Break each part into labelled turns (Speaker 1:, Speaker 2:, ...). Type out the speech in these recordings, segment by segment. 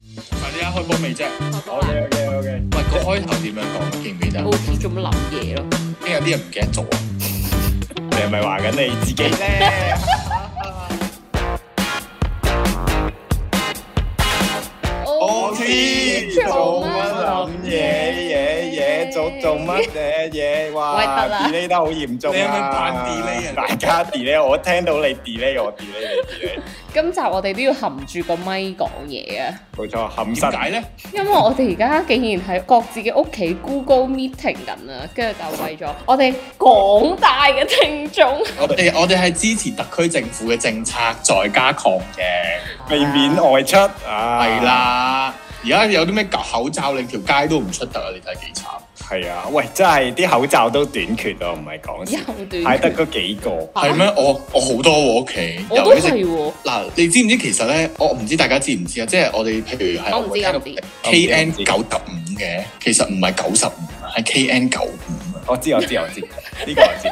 Speaker 1: 啊開波未啫
Speaker 2: 我覺得
Speaker 1: OK OK OK。喂，個開頭點樣講？記唔記得
Speaker 2: O？K 做乜諗嘢咯？
Speaker 1: 因為有啲人唔記得咗啊。你係咪話緊你自己咧？
Speaker 2: 我
Speaker 1: 知做乜諗嘢嘢嘢做做 乜嘢嘢？
Speaker 2: 喂
Speaker 3: 哇
Speaker 2: 得啦
Speaker 3: ！delay 得好嚴重啊！
Speaker 1: 你係咪扮 delay 人
Speaker 3: 大家 delay，我聽到你 delay，我 delay 你 delay，
Speaker 2: 今集我哋都要含住個咪講嘢啊！
Speaker 3: 冇錯，冚
Speaker 1: 點
Speaker 3: 實。
Speaker 1: 解咧？
Speaker 2: 因為我哋而家竟然喺各自嘅屋企 Google Meeting 緊啊，跟住就為咗我哋廣大嘅聽眾，
Speaker 1: 我哋我哋係支持特區政府嘅政策，在家抗疫。
Speaker 3: 避免
Speaker 1: À.
Speaker 3: 外出啊！
Speaker 1: 係，啦，而家有啲咩口罩令條街都唔出得啊！你睇幾慘。
Speaker 3: 係啊！喂，真係啲口罩都短缺啊，唔係講
Speaker 1: Dạ.
Speaker 3: 笑，
Speaker 2: 又短
Speaker 3: 係得嗰幾個。
Speaker 1: 係咩？我我好多喎屋企，
Speaker 2: 我都
Speaker 1: 尤其是
Speaker 2: 係喎，
Speaker 1: 嗱，你知唔知其實咧？我唔知大家知唔知啊？即係我哋譬如係
Speaker 2: 我唔知
Speaker 1: 聽到
Speaker 2: 我唔知
Speaker 1: KN
Speaker 3: 我唔知
Speaker 1: 九十五嘅，其實唔係九十五，係 KN 九五啊。
Speaker 3: 我知我知我知，呢個我知。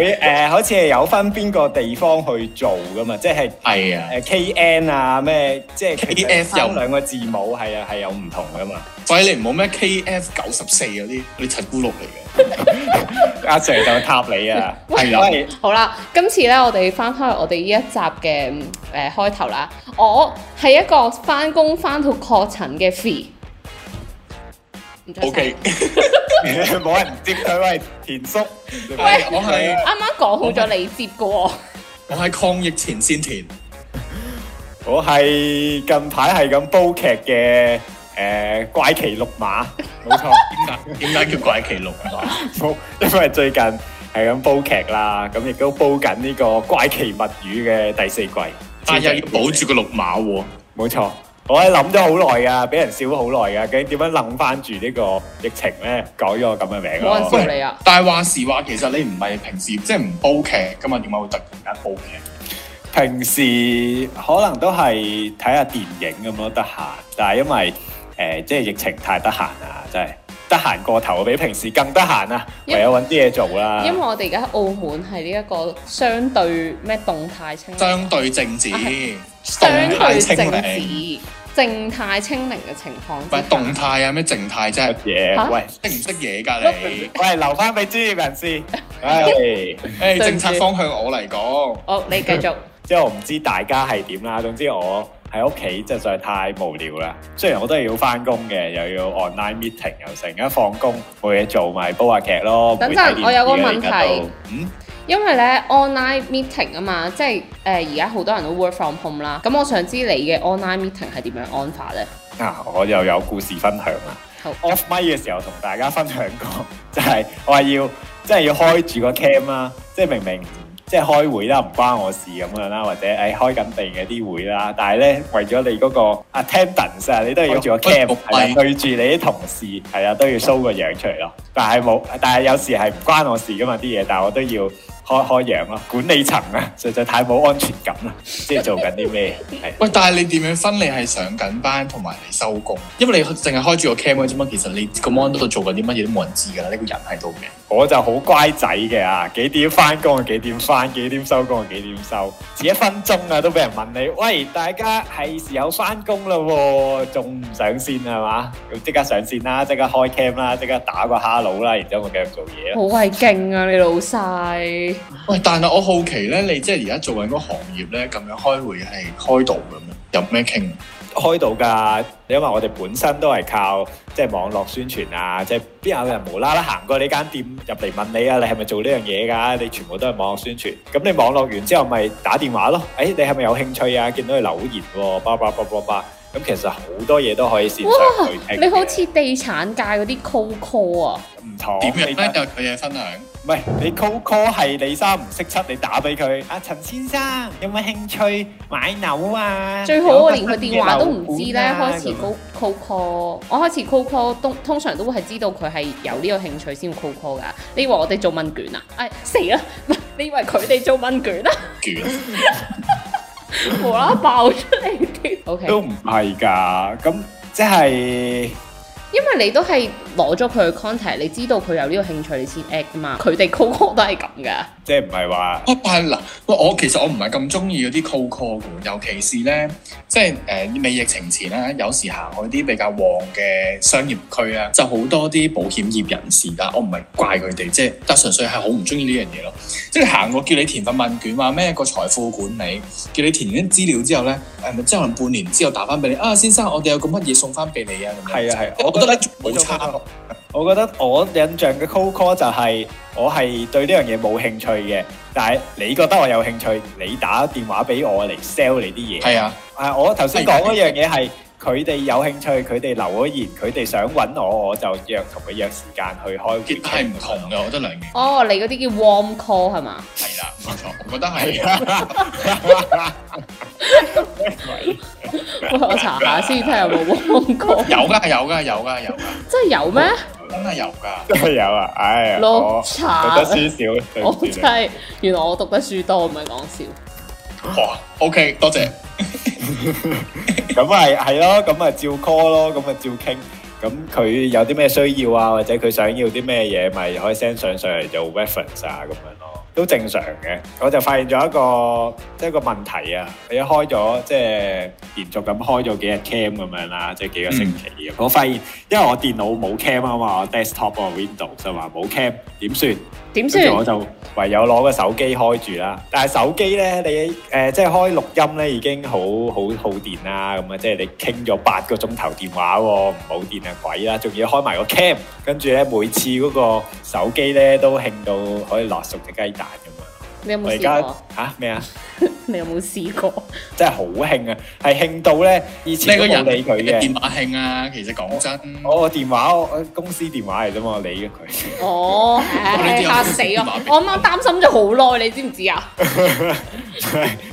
Speaker 3: 佢誒好似係有分邊個地方去做噶嘛，即係
Speaker 1: 係啊，
Speaker 3: 誒 KN 啊咩，即係
Speaker 1: KF
Speaker 3: 有
Speaker 1: 又
Speaker 3: 兩個字母係啊係有唔同噶嘛。
Speaker 1: 所以你唔好咩 KF 九十四嗰啲，你陳姑六嚟
Speaker 3: 阿 Sir 就塔你 啊！
Speaker 1: 嘅，係啦。
Speaker 3: 喂，
Speaker 2: 好啦，今次咧我哋翻開我哋呢一集嘅誒、呃、開頭啦，我係一個翻工翻到確診嘅 free。唔使
Speaker 1: O K，
Speaker 3: 冇人接佢喂，田叔。喂
Speaker 1: 我係
Speaker 2: 啱啱講好咗你接嘅喎，
Speaker 1: 我喺抗疫前線填，
Speaker 3: 我係近排係咁煲劇嘅誒怪奇綠馬，冇錯，
Speaker 1: 點解點解叫怪奇六啊？
Speaker 3: 冇，因為最近係咁煲劇啦，咁亦都煲緊呢個怪奇物語嘅第四季，
Speaker 1: 但啊又要保住個綠馬喎。
Speaker 3: 冇錯。我係諗咗好耐㗎，俾人笑咗好耐㗎，究竟點樣楞翻住呢個疫情咧？改咗個咁嘅
Speaker 2: 冇
Speaker 3: 名
Speaker 2: 人
Speaker 3: 咯。
Speaker 2: 笑你啊！
Speaker 1: 但係話時話，其實你唔係平時即係唔煲劇噶嘛？點解會突然間煲劇？
Speaker 3: 平時可能都係睇下電影咁咯，得閒。但係因為誒、呃即係疫情太得閒啦，真係得閒過頭，比平時更得閒啊，
Speaker 2: 因
Speaker 3: 唯有揾啲嘢做啦。
Speaker 2: 因為我哋而家澳門係呢一個相對咩動態清零
Speaker 1: 相對政治，
Speaker 2: 啊
Speaker 1: 相
Speaker 2: 相對政
Speaker 1: 清零，
Speaker 2: 治、靜態清零嘅情況
Speaker 1: 唔係動
Speaker 2: 之下，
Speaker 1: 態啊咩靜態啫？
Speaker 3: 嘢、
Speaker 2: 嚇
Speaker 3: 喂
Speaker 1: 識唔識嘢㗎 你？
Speaker 3: 喂，留翻俾專業 人士。唉，
Speaker 1: 誒
Speaker 2: 對唔
Speaker 1: 政
Speaker 2: 住
Speaker 1: 策方向我嚟講，
Speaker 2: 好，哦你繼 續。
Speaker 3: 即係我唔知大家係點啦。總之我喺屋企真係實在太無聊啦。雖然我都係要翻工嘅，又要 online meeting 又成，一放工冇嘢做咪煲下劇咯。
Speaker 2: 等陣
Speaker 3: 唔會睇電視
Speaker 2: 我有個
Speaker 3: 嘅
Speaker 2: 問題
Speaker 3: 而家都
Speaker 1: 嗯，
Speaker 2: 因為咧 online meeting 啊嘛，即係誒而家好多人都 work from home 啦。咁我想知你嘅 online meeting 係點樣安法咧？
Speaker 3: 啊，我又有故事分享啊啦。
Speaker 2: 好
Speaker 3: off 咪嘅時候同大家分享過， 就係我係要即係要開住個 cam 啦，即係明明即係開會啦，唔關我事咁樣啦，或者誒、哎、開緊定嘅啲會啦，但係咧為咗你嗰個 attendance 啊，你都要開住個
Speaker 1: 哦開
Speaker 3: cam
Speaker 1: 住個咪
Speaker 3: 係啊，對住你啲同事係啊，都要 show 個樣出嚟咯。但係冇，但係有時係唔關我事噶嘛啲嘢，但係我都要。開開樣咯，管理層啊，實在太冇安全感啦，即係做緊啲咩？係
Speaker 1: 喂，但係你點樣分？你係上緊班同埋你收工，因為你淨係開住個 cam 嘅啫嘛。其實你個 mon 度做緊啲乜嘢都冇人知㗎啦。呢個人喺度嘅，
Speaker 3: 我就好乖仔嘅啊，幾點翻工啊，幾點翻，幾點收工啊，幾點收，遲一分鐘啊都俾人問你，喂，大家係時候翻工啦喎，仲唔上線啊係嘛？咁即刻上線啦，即刻開 cam 啦，即刻打個哈佬啦，然之後我繼續做嘢啦。
Speaker 2: 好鬼勁啊！你老細，
Speaker 1: 喂，但係我好奇咧，你即係而家做緊嗰個行業咧，咁樣開會係開到咁樣，有咩傾？
Speaker 3: 開到㗎，因為我哋本身都係靠即係網絡宣傳啊，即係邊有人無啦啦行過你間店入嚟問你啊，你係咪做呢樣嘢㗎？你全部都係網絡宣傳，咁你網絡完之後咪打電 話咯。誒、你係咪有興趣啊？見到佢留言喎，叭叭叭叭叭，咁其實好多嘢都可以線上去聽嘅。
Speaker 2: 你好似地產界嗰啲 call call 啊！
Speaker 3: 唔同
Speaker 1: 點樣
Speaker 3: 你
Speaker 1: 咧？有有嘢分享。
Speaker 3: 唔係你 call call 係你三唔識七，你打俾佢。阿陳先生有冇興趣買樓啊？
Speaker 2: 最好我連佢電話都唔知咧，
Speaker 3: 有個
Speaker 2: 開
Speaker 3: 新嘅樓盤啊
Speaker 2: 始
Speaker 3: 咁
Speaker 2: call call call，我開始 call call，通通常都會係知道佢係有呢個興趣先會 call call 㗎。你以為我哋做問卷啊？唉、死啦！ 你以為佢哋做問卷啊？
Speaker 1: 卷
Speaker 2: 無啦啦爆出嚟添。O K，
Speaker 3: 都唔係㗎，咁即係
Speaker 2: 因為你都係攞咗佢嘅 contact，你知道佢有呢個興趣，你先 act 噶嘛。佢哋 call call 都係咁噶。
Speaker 3: 即係唔係話
Speaker 1: 啊，但係嗱，喂我其實我唔係咁中意嗰啲 cold call 嘅，尤其是咧，即係誒、呃未疫情前啦，有時行去啲比較旺嘅商業區啦，就好多啲保險業人士啦，我唔係怪佢哋，即係但純粹係好唔中意呢樣嘢咯。即係行過叫你填份問卷，話咩個財富管理，叫你填完啲資料之後咧，誒咪即係可能半年之後打翻俾你啊，先生，我哋有個乜嘢送翻俾你啊咁樣。
Speaker 3: 係啊係啊，
Speaker 1: 我覺得咧
Speaker 3: 我
Speaker 1: 冇
Speaker 3: 就
Speaker 1: 差咯。
Speaker 3: 我覺得我印象嘅 cold call 就係我係對呢樣嘢冇興趣嘅，但係你覺得我有興趣，你打電話俾我嚟 sell 你啲嘢。
Speaker 1: 係啊，
Speaker 3: 啊，我頭先講嗰樣嘢係佢哋有興趣，佢哋留咗言，佢哋想揾我，我就約同佢約時間去開
Speaker 1: 其實
Speaker 3: 會。
Speaker 1: 係唔同嘅，我覺得兩樣嘢
Speaker 2: 哦，你嗰啲叫 warm call 係嘛？
Speaker 1: 係啦，冇錯，我覺得係。
Speaker 2: 喂，我查 下先，睇下有冇 warm
Speaker 3: 哦
Speaker 2: call。
Speaker 1: 有噶有噶有噶有噶，
Speaker 2: 真係有咩？
Speaker 1: 真係有噶。
Speaker 3: 真係有啊！唉、
Speaker 2: 落
Speaker 3: 我讀
Speaker 2: 查
Speaker 3: 得。書少，對唔
Speaker 2: 我
Speaker 3: 住你
Speaker 2: 真係，原來我讀得書多，唔係講笑。
Speaker 1: 哇，OK，多謝。
Speaker 3: 咁咪係咯，咁咪照 call 咯，咁咪照傾。咁佢有啲咩需要啊，或者佢想要啲咩嘢，咪可以 send 上上嚟做 reference 啊，咁樣咯，都正常嘅。我就發現咗一個即係一個問題啊，你一開咗即係連續咁開咗幾日 cam 咁樣啦，即係幾個星期嘅。我發現，因為我電腦冇 cam 啊嘛，我 desktop 啊 Windows 啊嘛冇 cam，點算？
Speaker 2: 點
Speaker 3: 跟
Speaker 2: 算
Speaker 3: 住？我就唯有攞個手機開住啦。但係手機咧，你誒、呃即係開錄音咧已經好好耗電啦。咁啊，即係你傾咗八個鐘頭電話喎，唔耗電啊鬼啦！仲要開埋個 cam，跟住咧每次嗰個手機咧都興到可以落熟隻雞蛋咁啊！
Speaker 2: 你有
Speaker 3: 我
Speaker 2: 冇
Speaker 3: 而
Speaker 2: 試
Speaker 3: 家
Speaker 2: 過？
Speaker 3: 嚇咩啊？
Speaker 2: 你有冇試過？
Speaker 3: 真係好興啊！係興到咧，以
Speaker 1: 你
Speaker 3: 前都
Speaker 1: 個
Speaker 3: 冇
Speaker 1: 人
Speaker 3: 理佢嘅。
Speaker 1: 電話慶啊，其實講真，
Speaker 3: 我個電話，我公司電話嚟啫嘛，我理咗佢。
Speaker 2: 哦，唉嚇死我！我啱啱擔心咗好耐，你知唔知啊？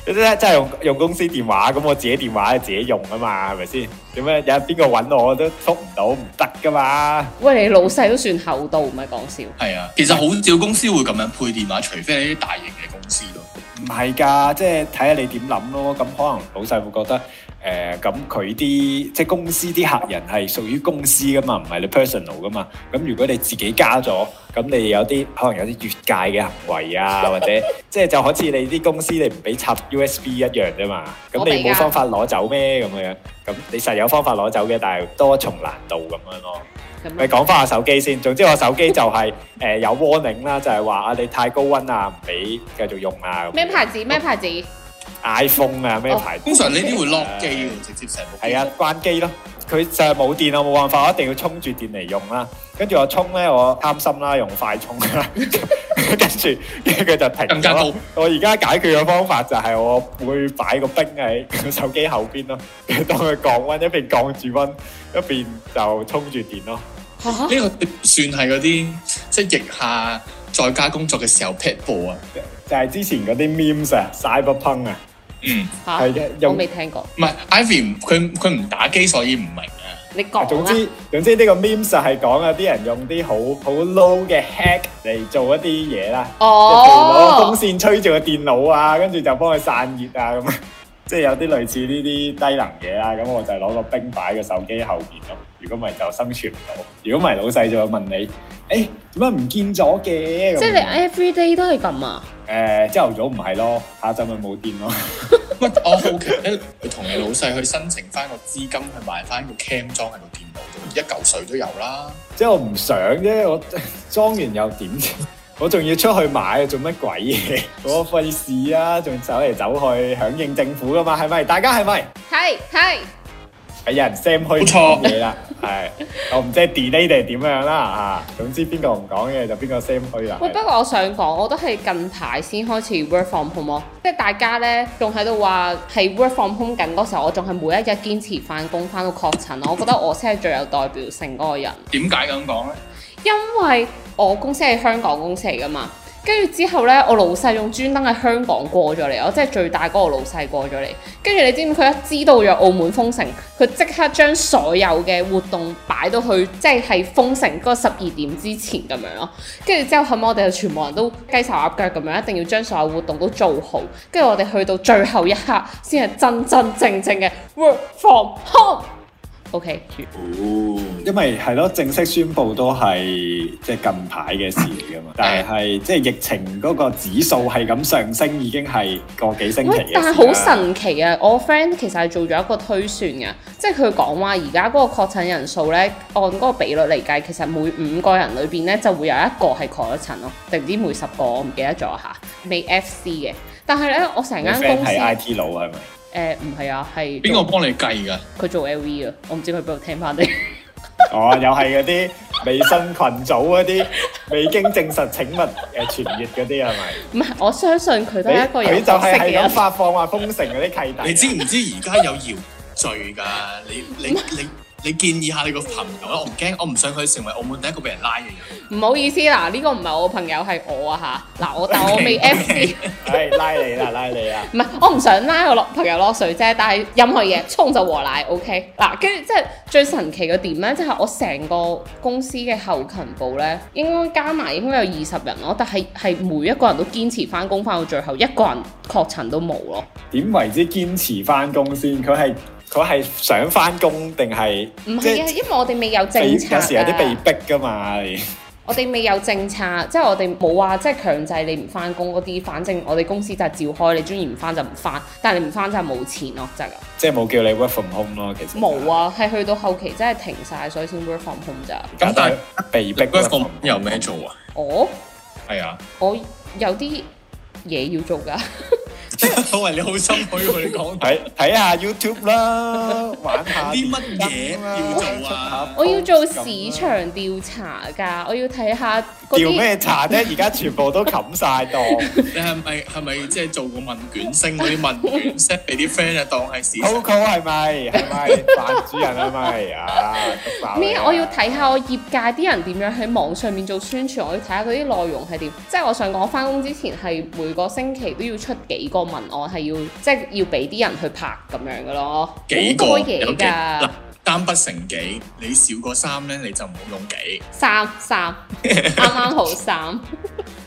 Speaker 3: 真係真係用用公司電話，咁我自己電話自己用啊嘛，係咪先？點解有邊個揾我都覆唔到，唔得噶嘛？
Speaker 2: 喂，你老細都算厚道，唔係講笑。
Speaker 1: 係啊，其實好少公司會咁樣配電話，除非你啲大型嘅公司咯。
Speaker 3: 唔係㗎，即係睇下你點諗咯。咁可能老細會覺得誒，咁佢啲即係公司啲客人係屬於公司噶嘛，唔係你 personal 噶嘛。咁如果你自己加咗，咁你有啲可能有啲越界嘅行 為啊，或者即係就好似你啲公司你唔俾插 USB 一樣啫嘛。咁
Speaker 2: 啊
Speaker 3: 你冇方法攞走咩咁樣？咁你實有方法攞走嘅，但係多重難度咁樣咯。
Speaker 2: 咁樣
Speaker 3: 咪講翻我手機先，總之我手機就係、誒、有 warning 啦，就係話啊你太高温啊，唔俾繼續用啊。
Speaker 2: 咩牌子？咩牌子？
Speaker 3: iPhone 啊，咩牌子？
Speaker 1: 通常呢啲會 lock 機嘅，直接成部機
Speaker 3: 係啊，，關機咯。佢就係冇電啊，冇辦法，我一定要充住電嚟用啦。跟住我充咧，我貪心啦，用快充啦。 跟住，跟住佢就停
Speaker 1: 更加
Speaker 3: 咗
Speaker 1: 高
Speaker 3: 咯。我而家解決嘅方法就係我會擺個冰喺個手機後邊咯，跟住當佢降温，一邊降住温，一邊就充住電咯。
Speaker 2: 嚇
Speaker 1: 呢個算係嗰啲即係疫下在家工作嘅時候 pet 步啊。
Speaker 3: 就係之前嗰啲 memes 啊，cyberpunk 啊，
Speaker 1: 嗯，
Speaker 2: 嚇
Speaker 3: 係嘅
Speaker 2: 我
Speaker 3: 用
Speaker 2: 未聽過。
Speaker 1: 唔係 Ivy 唔佢佢唔打機，所以唔明啊。
Speaker 2: 你講
Speaker 3: 總
Speaker 2: 啦。
Speaker 3: 之總之呢個 memes 就係講啊啲人用啲好好 low 嘅 hack 嚟做一啲嘢啦，即係譬如攞
Speaker 2: 哦
Speaker 3: 風，扇吹住個電腦啊，跟住就幫佢散熱啊 咁，即係有啲類似呢啲低能嘢啦。咁我就攞個冰擺個手機後邊咯。如果唔係就生存唔到。如果唔係老細就會問你，誒點解唔見咗嘅？咁
Speaker 2: 即係你 every day 都係咁啊？
Speaker 3: 誒朝頭早唔係咯，下晝咪冇電咯。
Speaker 1: 喂，我好奇咧，哦你同你老細去申請翻個資金去買翻個 cam 裝喺個電腦度，一嚿水都有啦。
Speaker 3: 即係我唔想啫，我 裝完又點啫？我仲要出去買，做乜鬼嘢？我費事啊，仲走嚟走去，響應政府噶嘛？係咪？大家係咪？
Speaker 2: 係係。
Speaker 3: 係有人 Sam 虛
Speaker 1: 冇錯
Speaker 3: 嘢啦，係我唔知係 delay 定係點樣啦嚇。總之邊個唔講嘢就邊個 Sam 虛啦。
Speaker 2: 喂，不過我想講，我都係近排先開始 work from home 咯，即係大家咧仲喺度話係 work from home 緊嗰時候，我仲係每一日堅持翻工，翻到確診，我覺得我先係最有代表性嗰個人，
Speaker 1: 點解咁講咧？
Speaker 2: 因為我公司係香港公司嚟噶嘛。跟住之後呢，我老細仲專登喺香港過咗嚟，我真係最大嗰個老細過咗嚟。跟住你知唔知佢一知道咗澳門封城，佢即刻將所有嘅活動擺到去，即係係封城嗰十二點之前咁樣咯。跟住之後，後尾我哋就全部人都雞手鴨腳咁樣，一定要將所有活動都做好。跟住我哋去到最後一刻，先係真真正正嘅 work from home。 OK，
Speaker 1: 哦，
Speaker 3: 因為係咯，正式宣布都係即係近排嘅事嚟噶 嘛，但係即係疫情嗰個指數係咁上升，已經係個幾星期
Speaker 2: 喂
Speaker 3: 嘅，
Speaker 2: 但係
Speaker 3: 事啦
Speaker 2: 好神奇啊！我 friend 其實係做咗一個推算嘅，即係佢講話而家嗰個確診人數咧，按嗰個比率嚟計，其實每五個人裏邊咧就會有一個係確咗診咯，定唔知每十個我唔記得咗嚇，未 FC 嘅。但係咧，我成
Speaker 3: 你
Speaker 2: 間
Speaker 3: friend
Speaker 2: 公司
Speaker 3: 係
Speaker 2: 誒
Speaker 3: IT 佬係咪？
Speaker 2: 唔係啊，係
Speaker 1: 邊個幫你計㗎？
Speaker 2: 佢做 LV 啊，我唔知佢邊度聽翻嚟。
Speaker 3: 哦，又係嗰啲微信群組嗰啲未經證實請勿誒傳閱嗰啲係咪？
Speaker 2: 唔係，我相信佢都係一個有
Speaker 3: 你就
Speaker 2: 角色
Speaker 3: 係
Speaker 2: 嘅
Speaker 3: 係咁
Speaker 2: 人。
Speaker 3: 發放話封城嗰啲契弟。
Speaker 1: 你知唔知而家有搖罪㗎？你你你你建議下你個朋友啦，我唔驚，我唔想佢成為澳門第一個俾人拉嘅人。
Speaker 2: 唔好意思嗱，呢個唔係我朋友，係我啊吓，嗱，我但我未
Speaker 1: OK，OK
Speaker 2: FC。
Speaker 3: 係拉你啦，拉你啦！
Speaker 2: 唔係，我唔想拉我落朋友落水啫，但係任何嘢衝就和奶，OK 嗱，跟住即係最神奇嘅點咧，即係我成個公司嘅後勤部咧，應該加埋應該有二十人咯，但係係每一個人都堅持翻工翻到最後，一個人確診都冇咯，
Speaker 3: 點為之堅持翻工先？佢係佢係想翻工定係
Speaker 2: 唔係啊，因為我哋未有
Speaker 3: 被
Speaker 2: 政
Speaker 3: 有
Speaker 2: 策
Speaker 3: 時有啲
Speaker 2: 啊
Speaker 3: 被逼噶嘛？你
Speaker 2: 我哋未有政策，即係我哋冇話即係強制你唔翻工嗰啲，反正我哋公司就係照開，你中意唔翻就唔翻，但係你唔翻就係冇錢咯，就係咁。
Speaker 3: 即係冇叫你 work from home 咯，其實
Speaker 2: 冇，啊，係去到後期真係停晒，所以先 work from home 咋。
Speaker 1: 咁但係
Speaker 3: 被逼
Speaker 1: work
Speaker 3: work
Speaker 1: from
Speaker 3: from
Speaker 1: home 有咩做啊？
Speaker 2: 我
Speaker 1: 係 啊，
Speaker 2: 哦我有啲嘢要做㗎，
Speaker 1: 我為你好心虛喎，你講
Speaker 3: 睇睇下 YouTube 啦，玩下
Speaker 1: 啲乜嘢要做啊？
Speaker 2: 我要做市場調查㗎，我要睇下嗰
Speaker 3: 調
Speaker 2: 啲
Speaker 3: 咩查啫？而家全部都冚晒 檔。
Speaker 1: 你係咪係咪即係做個問卷星嗰啲問卷 set 俾啲 friend 啊，當係市場
Speaker 3: Coco 係咪？係 咪？扮主人係咪？啊！篤爆你
Speaker 2: 咩，
Speaker 3: 啊
Speaker 2: 我要睇下我業界啲人點樣喺網上面做宣傳，我要睇下嗰啲內容係點。即係我想講，翻工之前係每個星期都要出幾個文案，係要即係要俾啲人去拍咁樣嘅咯，好
Speaker 1: 幾個
Speaker 2: 多
Speaker 1: 有
Speaker 2: 嘢
Speaker 1: 幾嗱
Speaker 2: 㗎。
Speaker 1: 單不成幾，你少過三咧，你就唔好用幾。
Speaker 2: 三三啱啱好三，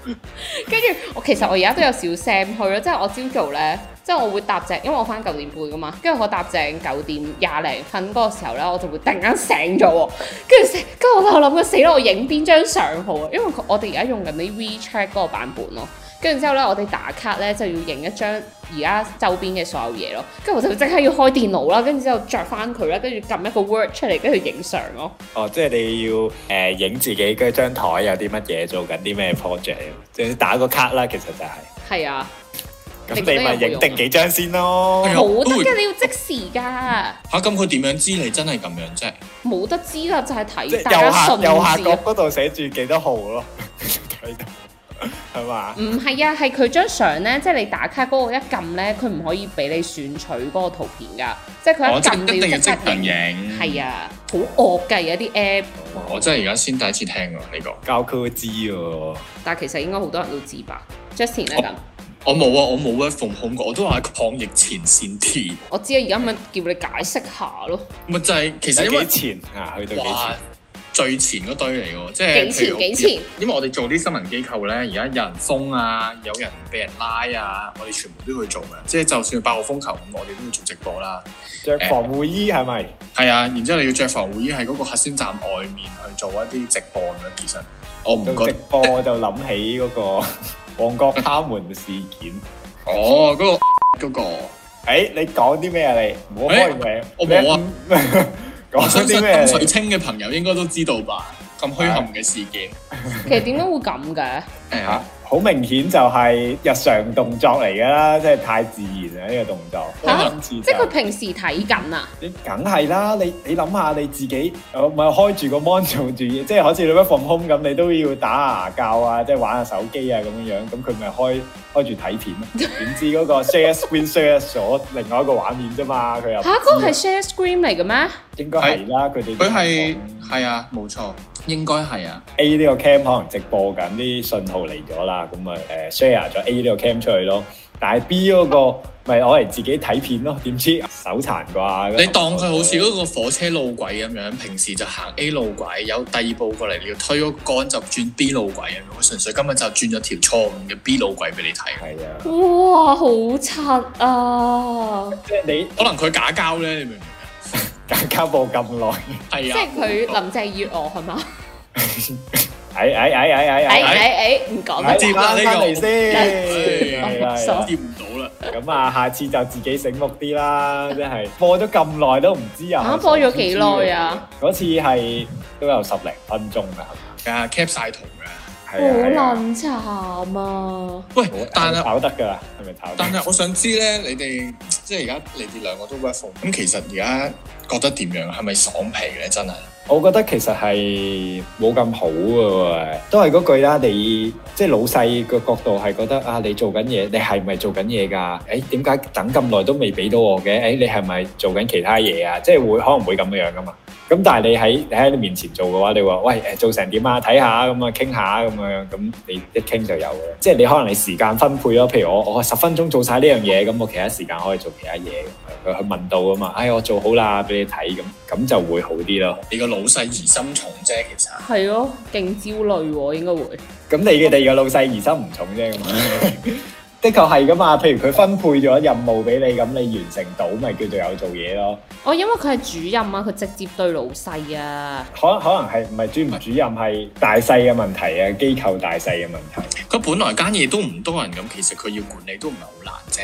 Speaker 2: 跟住我其實我而家都有小 Sam 去咯，即係我朝早咧，即係我會搭正，因為我翻九點半噶嘛，跟住我搭正九點廿零分嗰個時候咧，我就會突然間醒咗喎，跟住醒，跟住我就諗緊死啦，我影邊張相好啊？因為佢我哋而家用緊啲 WeChat 嗰個版本咯。跟住之後咧，我哋打卡咧就要影一張而家周邊嘅所有嘢咯。跟住我就即刻要開電腦啦，跟住之後着翻佢啦，跟住撳一個 Word 出嚟，跟住影相咯。
Speaker 3: 哦，即係你要誒影、自己嗰張台有啲乜嘢，做緊啲咩 project，即係打個卡啦，其實就係、
Speaker 2: 係啊。你覺
Speaker 3: 咁
Speaker 2: 得
Speaker 3: 你咪
Speaker 2: 有冇用
Speaker 3: 影
Speaker 2: 啊
Speaker 3: 定幾張先咯
Speaker 1: 哎。呀
Speaker 2: 冇得
Speaker 1: 都會
Speaker 2: 嘅，你要即時㗎，
Speaker 1: 嚇咁佢點樣知你真係咁樣啫？
Speaker 2: 冇得知啦，就係
Speaker 3: 即
Speaker 2: 睇
Speaker 3: 係
Speaker 2: 大家
Speaker 3: 右下
Speaker 2: 信
Speaker 3: 右下角
Speaker 2: 字。
Speaker 3: 嗰度寫住幾多號咯，睇到係嘛？
Speaker 2: 唔係啊，係佢張相咧，即係你打卡嗰個一撳咧，佢唔可以俾你選取嗰個圖片㗎，即係
Speaker 1: 我
Speaker 2: 佢一
Speaker 1: 哦即
Speaker 2: 撳
Speaker 1: 係一定
Speaker 2: 你要
Speaker 1: 要即
Speaker 2: 即刻
Speaker 1: 場
Speaker 2: 影。
Speaker 1: 影。
Speaker 2: 係啊，好惡㗎有啲 app，
Speaker 1: 哇，我真係而家先第一次聽喎呢個。
Speaker 3: 交 Q 知喎，
Speaker 2: 但係其實應該好多人都知吧。Justin
Speaker 1: 哦
Speaker 2: 咧咁，
Speaker 1: 我冇啊，我冇 work from home 過，我都話係抗疫前線貼，
Speaker 2: 我知啊，而家咪叫你解釋下 咯，
Speaker 1: 咪啊就係其實因為
Speaker 3: 有幾前啊？去到幾
Speaker 1: 哇
Speaker 3: 前？
Speaker 1: 最前嗰堆嚟喎，即係
Speaker 2: 幾前
Speaker 1: 譬如我
Speaker 2: 幾前
Speaker 1: 因為我哋做啲新聞機構咧，而家有人封啊，有人俾人拉啊，我哋全部都要去做嘅，即係就算八號風球咁，我哋都要做直播啦。
Speaker 3: 着防護衣係咪？
Speaker 1: 係啊，然之後你要着防護衣喺嗰個核酸站外面去做一啲直播咁樣，其實我唔
Speaker 3: 到
Speaker 1: 覺
Speaker 3: 直
Speaker 1: 得，
Speaker 3: 播我就諗起嗰個旺角卡門事件。
Speaker 1: 哦 嗰、個嗰、個，
Speaker 3: 誒，你講啲咩啊？你唔好開名，
Speaker 1: 我冇啊
Speaker 3: 啊。
Speaker 1: 我
Speaker 3: 講
Speaker 1: 相 信
Speaker 3: 啲咩啊
Speaker 1: 金
Speaker 3: 你
Speaker 1: 水？清嘅朋友應該都知道吧？咁虛冚嘅事件，啊
Speaker 2: 其實點解會咁嘅？
Speaker 1: 誒、
Speaker 3: 嚇，好明顯就係日常動作嚟㗎啦，即係太自然啦呢、個動作。
Speaker 2: 嚇
Speaker 3: 今次就
Speaker 1: 啊
Speaker 2: 即係佢平時睇緊啊，
Speaker 3: 你梗係啦，你你諗下你自己，我咪開住個 mon 做住嘢，即係好似你 work from home 咁，你都要打牙教啊，即係玩下手機啊咁樣樣，咁佢咪開開住睇片咯。點知嗰個 share screen share 咗另外一個畫面啫嘛，佢又唔知
Speaker 2: 嚇嗰個係 share screen 嚟嘅咩？
Speaker 3: 應該係啦，佢哋
Speaker 1: 佢係係啊，冇錯，應該係啊。
Speaker 3: A 呢個 cam 可能直播緊啲信號嚟咗啦，咁啊誒 share 咗 A 呢個 cam 出去咯，但係 B 嗰、個咪攞嚟自己睇片咯，點知手殘啩？
Speaker 1: 你當佢好似嗰個火車路軌咁樣，平時就行 A 路軌，有第二步過嚟，你要推嗰個杆就轉 B 路軌咁樣。佢純粹今日就轉咗條錯誤嘅 B 路軌俾你睇。
Speaker 3: 係啊，
Speaker 2: 哇，好柒啊！
Speaker 3: 即係你
Speaker 1: 可能佢假交咧，你明唔明啊？
Speaker 3: 更加冇咁耐。
Speaker 1: 係
Speaker 2: 即
Speaker 1: 啊，
Speaker 2: 係佢林鄭月娥係嘛？
Speaker 3: 哎哎哎哎哎
Speaker 2: 哎
Speaker 3: 哎！
Speaker 2: 哎哎，唔講
Speaker 1: 哎
Speaker 3: 啊
Speaker 2: 啦。
Speaker 1: 接啦呢個
Speaker 3: 翻嚟先，
Speaker 1: 哎
Speaker 3: 係啦係啦
Speaker 1: 接唔到啦。
Speaker 3: 咁啊，下次就自己醒目啲啦，真係播咗咁耐都唔知啊！
Speaker 2: 嚇播咗幾耐啊？
Speaker 3: 嗰次係都有十零分鐘㗎，
Speaker 1: 啊 cap 晒圖㗎。
Speaker 3: 係
Speaker 2: 好
Speaker 3: 咪係啊係啊，
Speaker 2: 撚慘啊！
Speaker 1: 喂，但係
Speaker 3: 炒得㗎啦，係咪炒得？
Speaker 1: 但係我想知咧，你哋即係而家你哋兩個都 work from 咁，其實而家覺得點樣？係咪爽皮咧？真係
Speaker 3: 我覺得其實係冇咁好嘅喎，都係嗰句啦。你即係老細個角度係覺得啊，你做緊嘢，你係咪做緊嘢㗎？誒點解等咁耐都未俾到我嘅？誒、你係咪做緊其他嘢啊？即係會可能會咁樣㗎嘛。咁但係你喺你喺你面前做嘅話，你話喂誒做成點啊？睇下咁啊，傾下咁樣，咁你一傾就有嘅。即係你可能你時間分配咯，譬如我我十分鐘做晒呢樣嘢，咁我其他時間可以做其他嘢咁樣。佢佢問到啊嘛，哎我做好啦，俾你睇咁，咁就會好啲咯。
Speaker 1: 你個老細疑心重啫，其實。
Speaker 2: 係咯，勁焦慮喎，應該會。
Speaker 3: 咁你嘅第二個老細疑心唔重啫，咁樣的確係噶嘛。譬如佢分配咗任務俾你，咁你完成到咪叫做有做嘢咯。
Speaker 2: 哦，因為佢係主任啊，佢直接對老細啊。
Speaker 3: 可可能係唔係主唔主任係大細嘅問題啊，機構大細嘅問題。
Speaker 1: 佢本來間嘢都唔多人咁，其實佢要管理都唔係好難啫。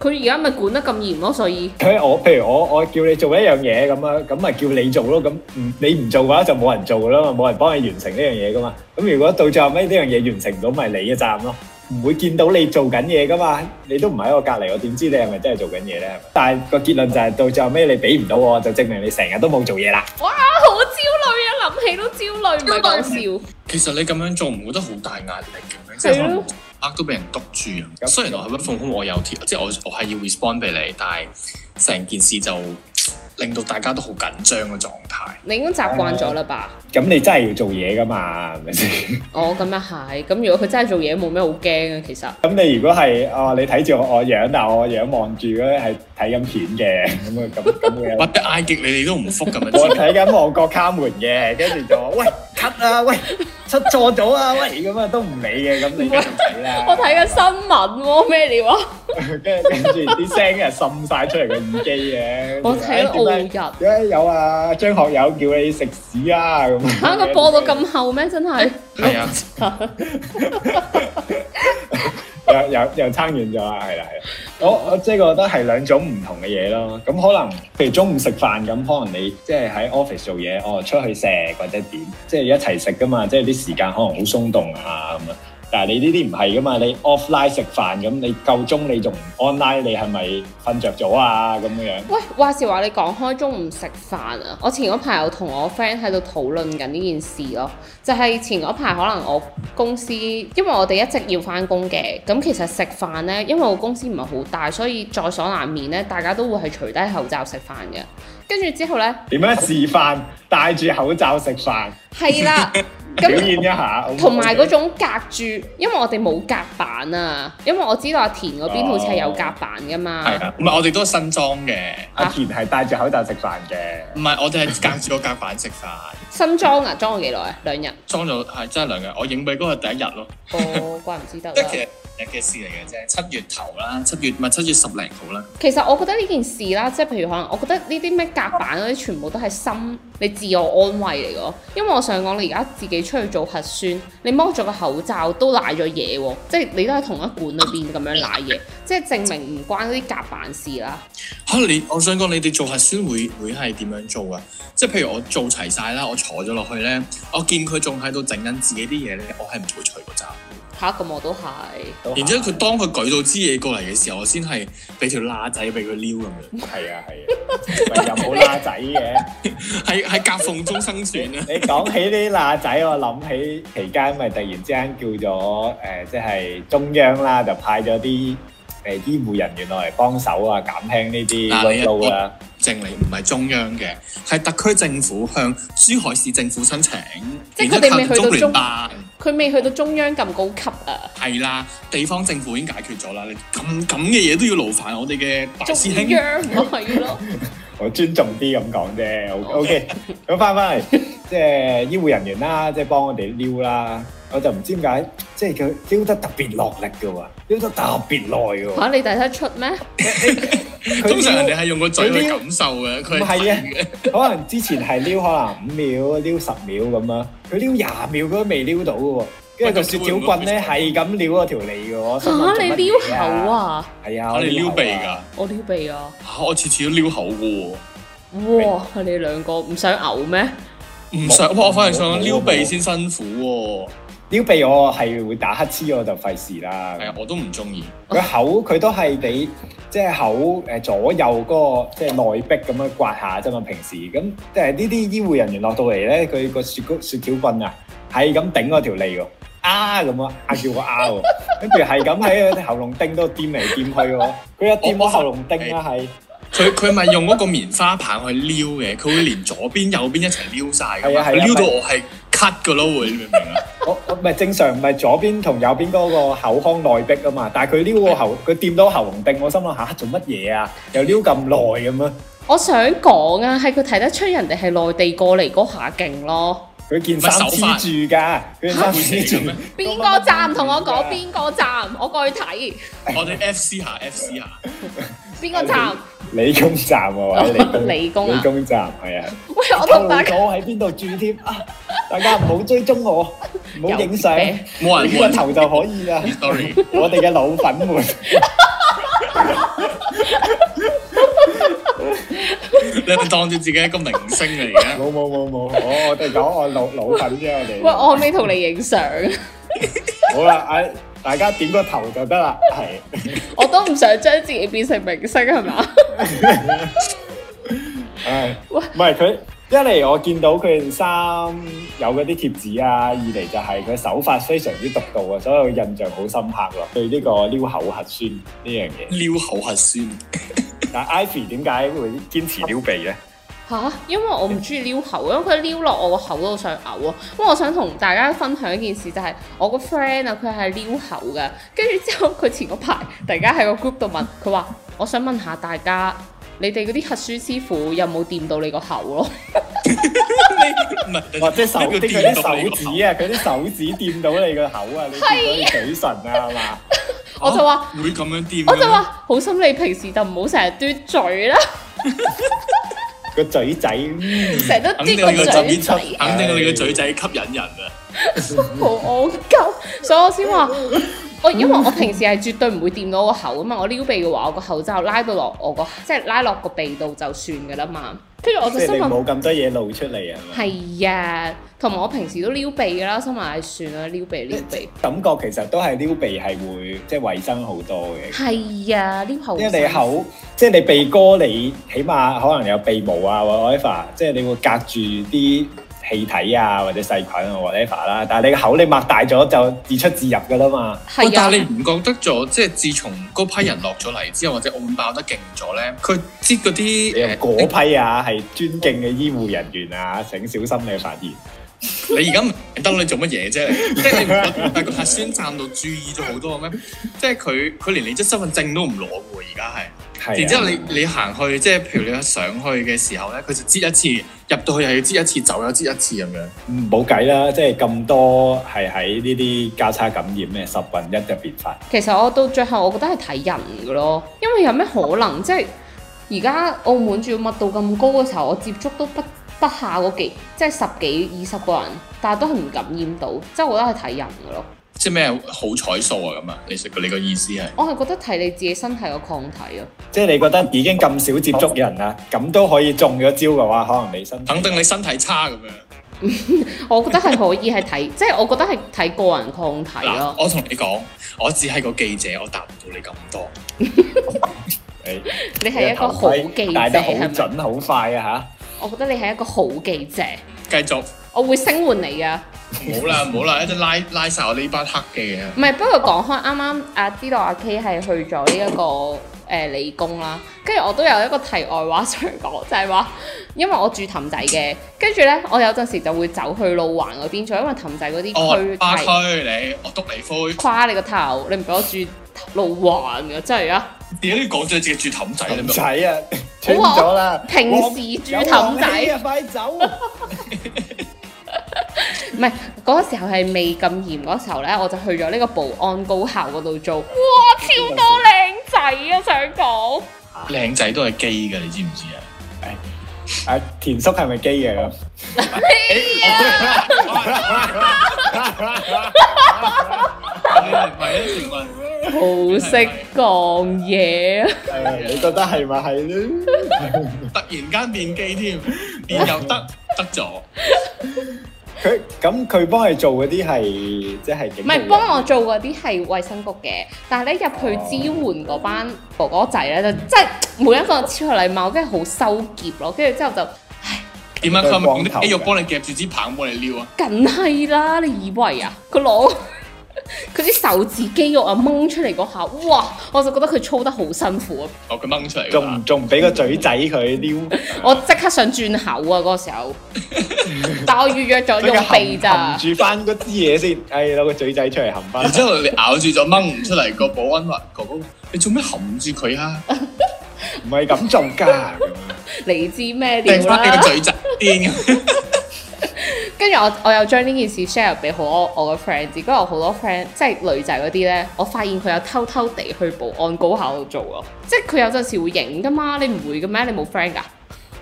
Speaker 2: 佢而家咪管得咁嚴咯，所以
Speaker 3: 佢我譬如我我叫你做一樣嘢咁啊，咁咪叫你做咯。咁唔你唔做嘅話就冇人做噶啦嘛，冇人幫你完成呢樣嘢噶嘛。咁如果到最後尾呢樣嘢完成唔到，咪你嘅責任咯。唔會見到你做緊嘢噶嘛，你都唔喺我隔離，我點知你係咪真係做緊嘢咧？係咪但係個結論就係、到最後尾你俾唔到我，就證明你成日都冇做嘢啦。
Speaker 2: 哇，啊好焦慮啊！諗起都焦慮，唔係講笑。
Speaker 1: 其實你咁樣做唔覺得好大壓力嘅咩？即係可能呃都俾人督住啊！
Speaker 3: 咁
Speaker 1: 雖然我係 work from home，我有貼，即係我我係要 respond 俾你，但係成件事就嗯令到大家都好緊張嘅狀態。
Speaker 2: 你已經習慣咗啦吧？
Speaker 3: 咁你真係要啊做嘢噶 嘛，係咪先？
Speaker 2: 哦，咁又係。咁如果佢真係做嘢，冇咩好驚啊，其實。
Speaker 3: 咁你如果係哦，你睇住我我樣，但我樣望住嗰啲係睇緊 片嘅，咁啊咁咁會有
Speaker 1: 或者嗌極你哋都唔復咁
Speaker 3: 我
Speaker 1: 樣，
Speaker 3: 睇緊旺角卡門嘅，跟住就 話喂 cut 啊，喂出錯咗啊，喂咁啊都唔理嘅，咁你繼續睇
Speaker 2: 我
Speaker 3: 啦。
Speaker 2: 睇緊新聞喎，咩料啊？
Speaker 3: 跟跟住啲聲又滲晒出嚟個耳機嘅。
Speaker 2: 我睇
Speaker 3: 跟住
Speaker 2: 澳
Speaker 3: 哎點解
Speaker 2: 日。
Speaker 3: 點解有啊張學友叫你食屎啊咁。
Speaker 2: 嚇！佢播到咁後咩？真係
Speaker 1: 係啊，
Speaker 3: 又又又撐完咗啦，係啦係啦。我我即係覺得係兩種唔同嘅嘢咯。咁可能譬如中午食飯咁，可能你即係喺 office 做嘢，哦出去食或者點，即係一齊食噶嘛。即係啲時間可能好鬆動啊咁啊。但係你呢啲唔係噶嘛，你 offline 食飯咁，你夠鐘你仲唔 online，你係咪瞓着咗啊咁樣？
Speaker 2: 喂，話時話你講開中午食飯啊！我前嗰排有同我 friend 喺度討論緊呢件事咯，就係、前嗰排可能我公司，因為我哋一直要翻工嘅，咁其實食飯呢，因為我公司唔係好大，所以在所難免呢，大家都會係除低口罩食飯嘅。跟住之後 呢，
Speaker 3: 點樣示範戴住口罩食飯，
Speaker 2: 係啦，
Speaker 3: 表
Speaker 2: 咁。
Speaker 3: 現一下。好唔好
Speaker 2: 同埋嗰種隔住，因為我哋冇隔板啊，因為我知道阿田嗰邊好似係有隔板噶嘛。
Speaker 1: 係啊，唔係我哋都係新裝嘅，
Speaker 3: 阿
Speaker 2: 啊
Speaker 3: 田係戴住口罩食飯嘅。
Speaker 1: 唔係我哋係隔住個隔板食飯，
Speaker 2: 新裝啊，裝咗幾耐啊？ 兩日。
Speaker 1: 裝咗係真係兩日，我影俾嗰個第一日咯。
Speaker 2: 哦，怪唔之得
Speaker 1: 即
Speaker 2: 啦
Speaker 1: 係。其啊實日嘅事嚟嘅啫，七月頭啦，七月唔係七月十零號啦，
Speaker 2: 其實我覺得呢件事啦，即係譬如可能，我覺得呢啲咩夾板嗰啲，全部都係心你自我安慰嚟嘅。因為我想講，你而家自己出去做核酸，你剝咗個口罩都賴咗嘢喎，即係你都喺同一管裏邊咁樣賴嘢，即係證明唔關嗰啲夾板事啦。
Speaker 1: 嚇、你，我想講你哋做核酸會會係點樣做啊？即係譬如我做齊晒啦，我坐咗落去咧，我見佢仲喺度整緊自己啲嘢咧，我係唔會除個罩。
Speaker 2: 嚇、咁我都係。
Speaker 3: 都
Speaker 1: 然之後佢當佢舉到支嘢過嚟嘅時候，我先係俾條罅仔俾佢撩咁樣，
Speaker 3: 係啊 係啊，咪又冇乸仔嘅。
Speaker 1: 係係夾縫中生存啊！
Speaker 3: 你講起呢啲乸仔，我諗起期間咪突然之間叫咗誒、呃即係中央啦，就派咗啲誒醫護人員落嚟幫手啊，減輕呢啲
Speaker 1: 嗱你
Speaker 3: workload 啦。
Speaker 1: 正嚟唔係中央嘅，係特區政府向珠海市政府申請，
Speaker 2: 即係佢哋未
Speaker 1: 然之後靠
Speaker 2: 去到
Speaker 1: 中聯
Speaker 2: 中
Speaker 1: 辦。
Speaker 2: 佢未去到中央咁高級啊！
Speaker 1: 係啦，地方政府已經解決咗啦。你咁咁嘅嘢都要勞煩我哋嘅大
Speaker 2: 中
Speaker 1: 師兄。
Speaker 2: 央唔係咯，
Speaker 3: 我尊重啲咁講啫。O K，咁翻返嚟，即係醫護人員啦，即係幫我哋撩啦。我就唔知點解，即係佢撩得特別落力嘅喎。撩得特別耐嘅
Speaker 2: 嚇
Speaker 3: 喎。
Speaker 2: 你睇得出咩？
Speaker 3: 佢
Speaker 1: 通常人哋
Speaker 3: 撩
Speaker 1: 係用個嘴去
Speaker 3: 佢撩
Speaker 1: 感受 嘅，佢
Speaker 3: 唔係
Speaker 1: 睇
Speaker 3: 啊
Speaker 1: 嘅。
Speaker 3: 可能之前係撩可能五秒、撩十秒咁啦，佢撩廿秒佢都未撩到嘅喎。跟住個雪條棍咧係咁撩嗰條脷嘅喎我心諗
Speaker 2: 嚇
Speaker 3: 做
Speaker 2: 你
Speaker 3: 乜
Speaker 2: 撩
Speaker 3: 嘢
Speaker 2: 口！啊！
Speaker 3: 係啊，
Speaker 1: 我哋撩
Speaker 3: 我
Speaker 1: 鼻
Speaker 3: 口
Speaker 1: 㗎
Speaker 3: 啊。，
Speaker 2: 我撩鼻啊！
Speaker 1: 嚇我次次都撩口嘅喎。
Speaker 2: 哇！你兩個唔想嘔咩？
Speaker 1: 唔想，哇！我反而想
Speaker 3: 冇
Speaker 1: 撩鼻先辛苦
Speaker 3: 撩鼻我係會打乞嗤，我就費事啦
Speaker 1: 喎。。係啊，我都唔中意。
Speaker 3: 佢口佢都係你即係口誒左右嗰、個即係內壁咁樣刮下啫嘛，平時咁即係呢啲醫護人員落到嚟咧，佢個雪糕雪條棍啊，係咁頂我條脷喎，啊咁啊，啊叫我啊喎，跟住係咁喺個喉嚨叮都掂嚟掂去喎，佢一掂我喉嚨叮啊係
Speaker 1: 佢佢咪用嗰個棉花棒去撩嘅，佢會連左邊右邊一齊撩晒㗎
Speaker 3: 係
Speaker 1: 嘛。
Speaker 3: 啊係啊
Speaker 1: 佢撩到我係咳㗎咯，會你明唔明啊？
Speaker 3: 我我唔係正常唔係左邊同右邊嗰個口腔內壁啊嘛，但係佢撩個 喉佢掂到喉嚨叮，我心諗吓、做乜嘢啊？又撩咁耐咁啊樣。
Speaker 2: 我想講啊，係佢睇得出人哋係內地過嚟嗰下勁咯。
Speaker 3: 佢件衫黐住㗎，佢件衫黐住。
Speaker 2: 邊個站同我講？邊個站？我過去睇。
Speaker 1: 我哋 F C 下 F C 下，
Speaker 2: 邊個站？
Speaker 3: 理工站啊，或者理 工
Speaker 2: 理工啊
Speaker 3: 理工站係啊。
Speaker 2: 喂，我同大家
Speaker 3: 到喺邊度住添啊？大家唔好追蹤我，唔好影相，
Speaker 2: 有病
Speaker 3: 呢
Speaker 1: 冇人
Speaker 3: 個
Speaker 1: 換
Speaker 3: 頭就可以啦。
Speaker 1: ，sorry。
Speaker 3: 我哋嘅老粉們，
Speaker 1: 你係咪當住自己係一個明星嚟嘅？
Speaker 3: 冇冇冇冇，我我哋講我老老粉啫，我哋。
Speaker 2: 喂，我可唔可以同你影相？
Speaker 3: 好啦，啊大家點個頭就得啦，係。
Speaker 2: 我都唔想將自己變成明星係嘛？
Speaker 3: 唉，唔係佢一嚟我見到佢件衫有嗰啲貼紙啊，二嚟就係佢手法非常之獨到啊，所以我印象好深刻咯。對呢個撩口核酸呢樣嘢，
Speaker 1: 撩口核酸，
Speaker 3: 但 Ivy 點解會堅持撩鼻 咧？
Speaker 2: 吓、因為我唔中意撩口，因為佢撩落我個口度想嘔啊！不過我想同大家分享一件事，就係、我個 friend 啊，佢係撩口嘅，跟住之後佢前嗰排突然間喺個 group 度問佢話：我想問下大家，你哋嗰啲核酸師傅有冇掂到你個口咯？
Speaker 1: 你唔哦係
Speaker 3: 或者手
Speaker 1: 呢
Speaker 3: 啲
Speaker 1: 個
Speaker 3: 佢啲
Speaker 1: 電動嚟
Speaker 3: 手
Speaker 1: 㗎
Speaker 3: 指啊，佢啲手指掂到你個口啊，你掂到你嘴唇啊，係嘛？
Speaker 2: 我就話
Speaker 1: 啊會咁樣掂嘅咩，
Speaker 2: 我就話好心你平時就唔好成日嘟嘴啦，
Speaker 3: 個嘴仔，嗯
Speaker 2: 成日都嘟
Speaker 1: 肯定
Speaker 2: 個
Speaker 1: 你個
Speaker 2: 嘴啊
Speaker 1: 嘴
Speaker 2: 仔
Speaker 1: 出，，肯定你個嘴仔吸引人啊！
Speaker 2: 好戇鳩，所以我先話。我因為我平時係絕對唔會掂到個口啊嘛，我撩鼻嘅話，我個口罩拉到落我個，即係拉落個鼻度就算㗎啦嘛。跟住我就
Speaker 3: 即係
Speaker 2: 心
Speaker 3: 你
Speaker 2: 諗
Speaker 3: 冇咁多嘢露出嚟啊，係嘛？
Speaker 2: 係啊，同埋我平時都撩鼻㗎啦，心諗唉算啦，撩鼻撩鼻。
Speaker 3: 感覺其實都係撩鼻係會即係衞生好多嘅。
Speaker 2: 係啊，撩口。
Speaker 3: 因為你口，即係你鼻哥，你起碼可能有鼻毛啊或 whatever，即係你會隔住啲氣體啊或者細菌啊 whatever 啦。但係你個口你擘大咗就自出自入噶啦嘛。
Speaker 1: 喂
Speaker 2: 係
Speaker 1: 但係
Speaker 2: 啊，
Speaker 1: 你唔覺得咗，即係自從嗰批人落咗嚟之後，或者澳門爆得勁咗咧，佢擠嗰
Speaker 3: 你又
Speaker 1: 啲
Speaker 3: 嗰
Speaker 1: 誒
Speaker 3: 批啊係尊敬嘅醫護人 員啊，請小心你嘅發言。
Speaker 1: 你而家唔得你做乜嘢啫？ 即係你唔覺得但係個核酸站度注意咗好多咩？即係佢佢連你張身份證都唔攞嘅喎，而家係。
Speaker 3: 係啊。
Speaker 1: 然之後你你行去，即係譬如你上去嘅時候咧，佢就擠一次，入到去又要擠一次，走又擠一次咁樣。
Speaker 3: 嗯冇計啦，即係咁多係喺呢啲交叉感染咩十混一入邊發。
Speaker 2: 其實我到最後我覺得係睇人㗎咯，因為有咩可能即係而家澳門仲要密度咁高嘅時候，我接觸都不不下嗰幾即係十幾二十個人，但係都係唔感染到，即係我覺得係睇人㗎咯。
Speaker 1: 即係咩好彩數啊咁啊？你食你個意思係？
Speaker 2: 我係覺得睇你自己身體個抗體咯。
Speaker 3: 即係你覺得已經咁少接觸人啦，咁都可以中咗招嘅話，可能你身體
Speaker 1: 肯定你身體差咁樣。
Speaker 2: 我覺得係可以係睇， 即係我覺得係睇個人抗體
Speaker 1: 嗱
Speaker 2: 咯，。
Speaker 1: 我同你講，我只係個記者，我答唔到你咁多。
Speaker 3: 你
Speaker 2: 你 係一個好記者
Speaker 3: 戴得好
Speaker 2: 係咪？
Speaker 3: 準好快啊
Speaker 2: 我覺得你係一個好記者，
Speaker 1: 繼續，
Speaker 2: 我會聲援你啊噶。
Speaker 1: 唔好 啦，唔好啦，一陣拉拉曬我呢班黑嘅嘢。
Speaker 2: 唔係，不過講開啱啱啊，知道阿 K 係去咗呢一個誒、呃理工啦，跟住我都有一個題外話想講，就係、話 因為我住氹仔嘅，跟住咧我有陣時就會走去路環嗰邊做，因為氹仔嗰啲
Speaker 1: 哦
Speaker 2: 區，
Speaker 1: 花
Speaker 2: 係
Speaker 1: 區你，我督你灰。
Speaker 2: 跨你個頭，你唔俾我住路環嘅，真係啊！
Speaker 1: 點解你講咗你自己住氹仔
Speaker 3: 嚇！
Speaker 1: 你
Speaker 3: 氹
Speaker 1: 咪？
Speaker 3: 仔啊，斷咗啦！
Speaker 2: 平時住氹
Speaker 3: 有黃氣
Speaker 2: 仔，
Speaker 3: 啊，快走！
Speaker 2: 唔係嗰時候係未咁嚴嗰時候咧，我就去咗呢個保安高校嗰度做，哇，超多靚仔啊！想講。
Speaker 1: 靚仔都係基嘅，你知唔知啊？
Speaker 3: 啊，田叔係咪基嘅咁？
Speaker 1: 唔係一成話
Speaker 2: 好識講嘢啊！
Speaker 3: 誒你覺得係咪係咧？
Speaker 1: 突然間變基添，變又得得咗，
Speaker 3: 佢咁佢幫你做嗰啲係即係
Speaker 2: 唔係幫我做嗰啲係衛生局嘅，但係咧入去支援嗰班哥哥仔咧，就即係每一個超有禮貌，跟住好收結咯，跟住之後就
Speaker 1: 點樣佢係咪用啲肌肉幫你夾住支棒幫你撩啊？
Speaker 2: 梗係啦！你以為啊？佢攞 佢啲手指肌肉啊掹出嚟嗰下，哇！我就覺得佢操得好辛苦啊！
Speaker 1: 哦，佢掹出嚟㗎
Speaker 3: 仲
Speaker 1: 嘛
Speaker 3: 唔仲唔俾個嘴仔佢撩，
Speaker 2: 我即刻想轉口啊嗰個時候，但我預約咗用鼻咋
Speaker 3: 含。住翻嗰支嘢先，誒攞個嘴仔出嚟含 翻
Speaker 1: 然。之後你咬住咗掹唔出嚟，個保安話：哥哥，你做咩含住佢 啊？
Speaker 3: 唔係咁做㗎，
Speaker 2: 你知咩料
Speaker 1: 掟翻你
Speaker 2: 啦
Speaker 1: 個？嘴仔邊咁？
Speaker 2: 跟住我我又將呢件事 share 俾好多我嘅 friend 知，跟住我好多 friend 即係女仔嗰啲咧，我發現佢有偷偷地去保安高校度做咯，即係佢有陣時會影噶嘛，你唔會嘅咩？你冇 friend 噶？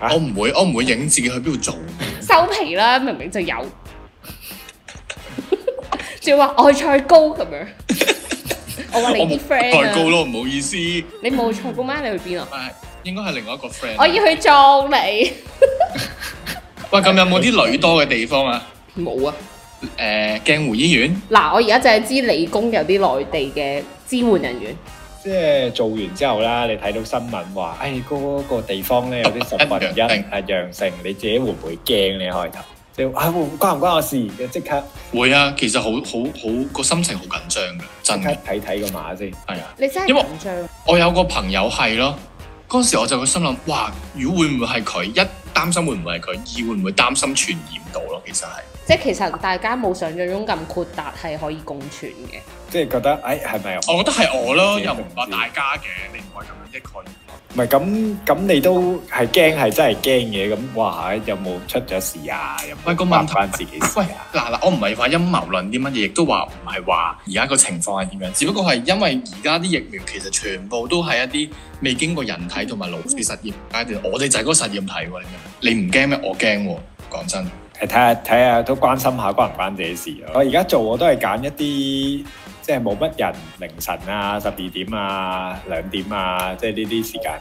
Speaker 1: 我唔會，我唔會影自己去邊度做。
Speaker 2: 收皮啦，明明就有， 仲要話我去賽高咁樣，我話
Speaker 1: 我
Speaker 2: 你
Speaker 1: 冇
Speaker 2: 啲
Speaker 1: 太
Speaker 2: friend
Speaker 1: 高
Speaker 2: 啊，
Speaker 1: 咯，唔好意思。
Speaker 2: 你冇賽高咩？你去邊啊？
Speaker 1: 但係應該係另外一個 friend。啊
Speaker 2: 我要去撞你，
Speaker 1: 喂，咁有冇啲女多嘅地湖方啊？
Speaker 2: 冇啊！
Speaker 1: 誒，鏡湖醫院
Speaker 2: 嗱，我而家就係知理工有啲內地嘅支援人員。
Speaker 3: 即係做完之後啦，你睇到新聞話，誒嗰個地方咧有啲十分一係陽性，你自己會唔會驚咧？開頭即係啊，會關唔關我事？你即刻
Speaker 1: 會啊，其實好好好個心情好緊張嘅，
Speaker 3: 即
Speaker 1: 真
Speaker 3: 刻
Speaker 1: 嘅
Speaker 3: 睇睇個碼先。
Speaker 1: 係啊。
Speaker 2: 你真係
Speaker 1: 因為
Speaker 2: 緊張，
Speaker 1: 我有個朋友係咯，嗰時我就個心諗，哇！如果會唔會係佢？一擔心會唔會係佢，二會唔會擔心傳染到咯？其實係
Speaker 2: 即係其實大家冇想像中咁豁達，係可以共存嘅。
Speaker 3: 即係覺得，誒係咪？
Speaker 1: 我覺得係我咯，又唔話大家嘅，你唔可以咁樣一概而論。
Speaker 3: 唔係咁咁，你都係驚係真係驚嘅。咁哇，有冇出咗事啊？有
Speaker 1: 喂
Speaker 3: 冇
Speaker 1: 個問題
Speaker 3: 關自己事
Speaker 1: 喂，
Speaker 3: 啊？
Speaker 1: 嗱嗱，我唔係話陰謀論啲乜嘢，亦都話唔係話而家個情況係點樣，只不過係因為而家啲疫苗其實全部都係一啲未經過人體同埋老鼠實驗階段，我哋就係嗰個實驗體喎。你明唔明你唔驚咩？我驚喎，講真。
Speaker 3: 誒睇下睇下都關心下關唔關自己事啊咯。我而家做我都係揀一啲即係冇乜人，凌晨啊、十二點啊、兩點啊，即係呢啲時間。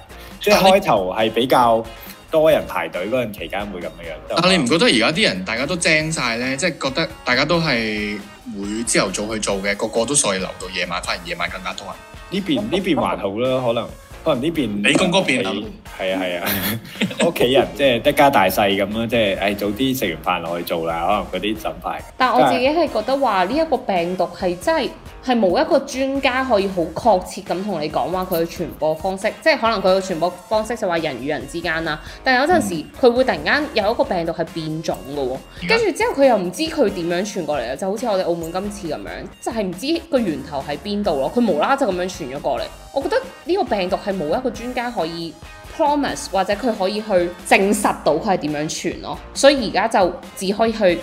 Speaker 3: 即係
Speaker 1: 但
Speaker 3: 開頭係比較多人排隊嗰陣期間會咁樣樣。
Speaker 1: 但你唔覺得而家啲人大家都精晒咧，即係覺得大家都係會朝頭早去做嘅，個個都所以留到夜晚，反而夜晚更加多人。
Speaker 3: 呢邊呢邊還好啦，可能可能呢邊
Speaker 1: 理工嗰邊啊
Speaker 3: 係啊係 啊，屋企人即係一家大細咁啦，即係誒早啲食完飯落去做啦，可能嗰啲就快。
Speaker 2: 但我自己係覺得話呢一個病毒係真係係冇一個專家可以好確切咁同你講話佢嘅傳播方式，即係可能佢嘅傳播方式就話人與人之間啦。但係有陣時佢會突然間有一個病毒係變種嘅喎，跟住之後佢又唔知佢點樣傳過嚟啊，就好似我哋澳門今次咁樣，就係、唔知個源頭喺邊度咯。佢無啦啦就咁樣傳咗過嚟。我覺得呢個病毒係冇一個專家可以 promise 或者佢可以去證實到佢係點樣傳咯。所以而家就只可以去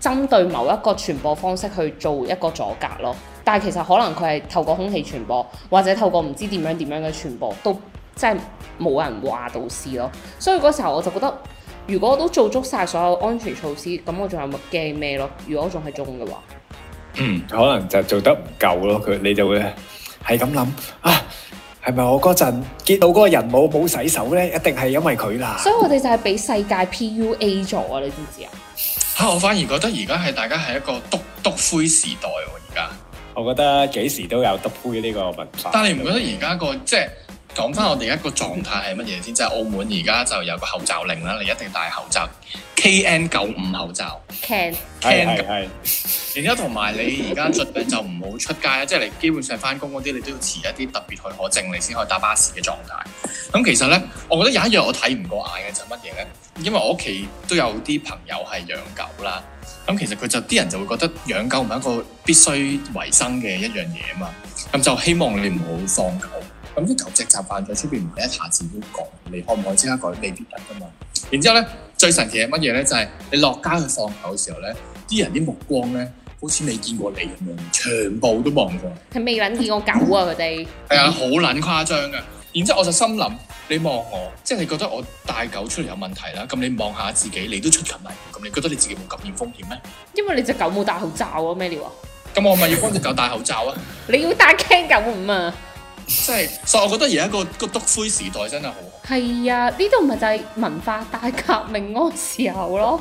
Speaker 2: 針對某一個傳播方式去做一個阻隔咯。但係其實可能佢係透過空氣傳播，或者透過唔知點樣點樣嘅傳播，都真係冇人話到事咯。所以嗰時候我就覺得，如果我都做足晒所有安全措施，咁我仲有乜驚咩咯？如果我仲係中嘅話，
Speaker 1: 嗯，
Speaker 3: 可能就做得唔夠咯，佢你就會係咁諗啊，係咪我嗰陣見到嗰個人冇冇洗手咧，一定係因為佢啦。
Speaker 2: 所以我哋就係俾世界 PUA 咗啊！你知唔知啊？
Speaker 1: 嚇、我反而覺得而家係大家係一個篤篤灰時代喎，而家。
Speaker 3: 我覺得幾時都有篤灰呢個文化。
Speaker 1: 但係你唔覺得而家個即係講翻我哋而家個狀態係乜嘢先？即係澳門而家就有個口罩令啦，你一定戴口罩，KN 九五口罩。
Speaker 2: can
Speaker 3: 係係係，
Speaker 1: 然之後同埋你而家盡量就唔好出街啦，即係你基本上翻工嗰啲，你都要持一啲特別許可證，你先可以搭巴士嘅狀態。咁其實咧，我覺得有一樣我睇唔過眼嘅就係乜嘢咧？因為我屋企都有啲朋友係養狗啦，咁其實佢就啲人就會覺得養狗唔係一個必須維生嘅一樣嘢啊嘛，咁就希望你唔好放狗。咁啲狗隻習慣咗出邊，唔係一下子都講，你可唔可以即刻改？未必得噶嘛。然之後咧，最神奇係乜嘢咧？就係、你落街去放狗嘅時候咧。而啲人啲目光咧，好似未見過你咁樣，全部都望過。
Speaker 2: 係啊未撚見過狗啊佢哋，
Speaker 1: 係啊，好撚誇張嘅。然之後我就心諗，你望我，即係你覺得我帶狗出嚟有問題啦，咁你望下自己，你都出緊嚟，咁你覺得你自己冇感染風險咩？
Speaker 2: 因為你隻狗冇戴口罩啊咩料啊？
Speaker 1: 咁我咪要幫只狗戴口罩啊！
Speaker 2: 你要戴 Ken 狗五啊？
Speaker 1: 即係，所以我覺得而家個個篤灰時代真係好。
Speaker 2: 係啊，呢度咪就係文化大革命嗰個時候咯。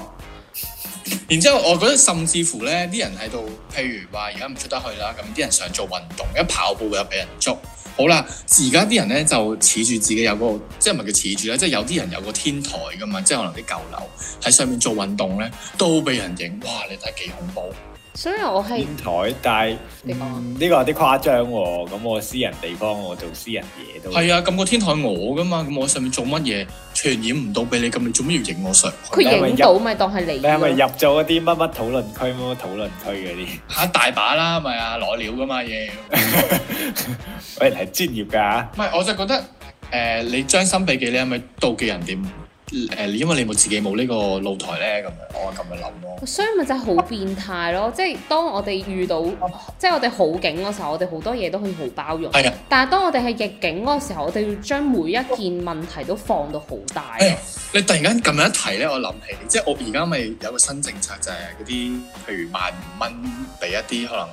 Speaker 1: 然之後，我覺得甚至乎咧，啲人喺度，譬如話而家唔出得去啦，咁啲人想做運動，一跑步又俾人捉。好啦，而家啲人咧就恃住自己有個，即係唔係叫恃住咧，即係有啲人有個天台噶嘛，即係可能啲舊樓喺上面做運動咧，都俾人影。哇！你睇幾恐怖。
Speaker 2: 所以我係
Speaker 3: 天台，但係
Speaker 2: 你講啊
Speaker 3: 嗯呢個有啲誇張喎。咁我私人地方，我做私人嘢都
Speaker 1: 係啊，咁個天台我噶嘛，咁我喺上面做乜嘢傳染唔到俾你，咁你做咩要影我上去？啊
Speaker 2: 佢影到咪當係你
Speaker 3: 你係咪入
Speaker 2: 咯。
Speaker 3: 咗嗰啲乜乜討論區、乜乜討論區嗰啲？
Speaker 1: 嚇大把啦，咪啊攞料噶嘛嘢。
Speaker 3: 喂，係專業㗎，
Speaker 1: 唔係，我就覺得誒、呃你將心比己，你係咪妒忌人點？誒、你因為你冇自己冇呢個露台咧，咁樣我係咁樣諗咯。
Speaker 2: 所以咪就係好變態咯，即係當我哋遇到即係我哋好景嗰時候，我哋好多嘢都可以好包容。
Speaker 1: 係啊，
Speaker 2: 但係當我哋係逆境嗰個時候，我哋要將每一件問題都放到好大咯。
Speaker 1: 係啊你突然間咁樣一提咧，我諗起，即係我而家咪有個新政策，就係嗰啲譬如萬五蚊俾一啲可能。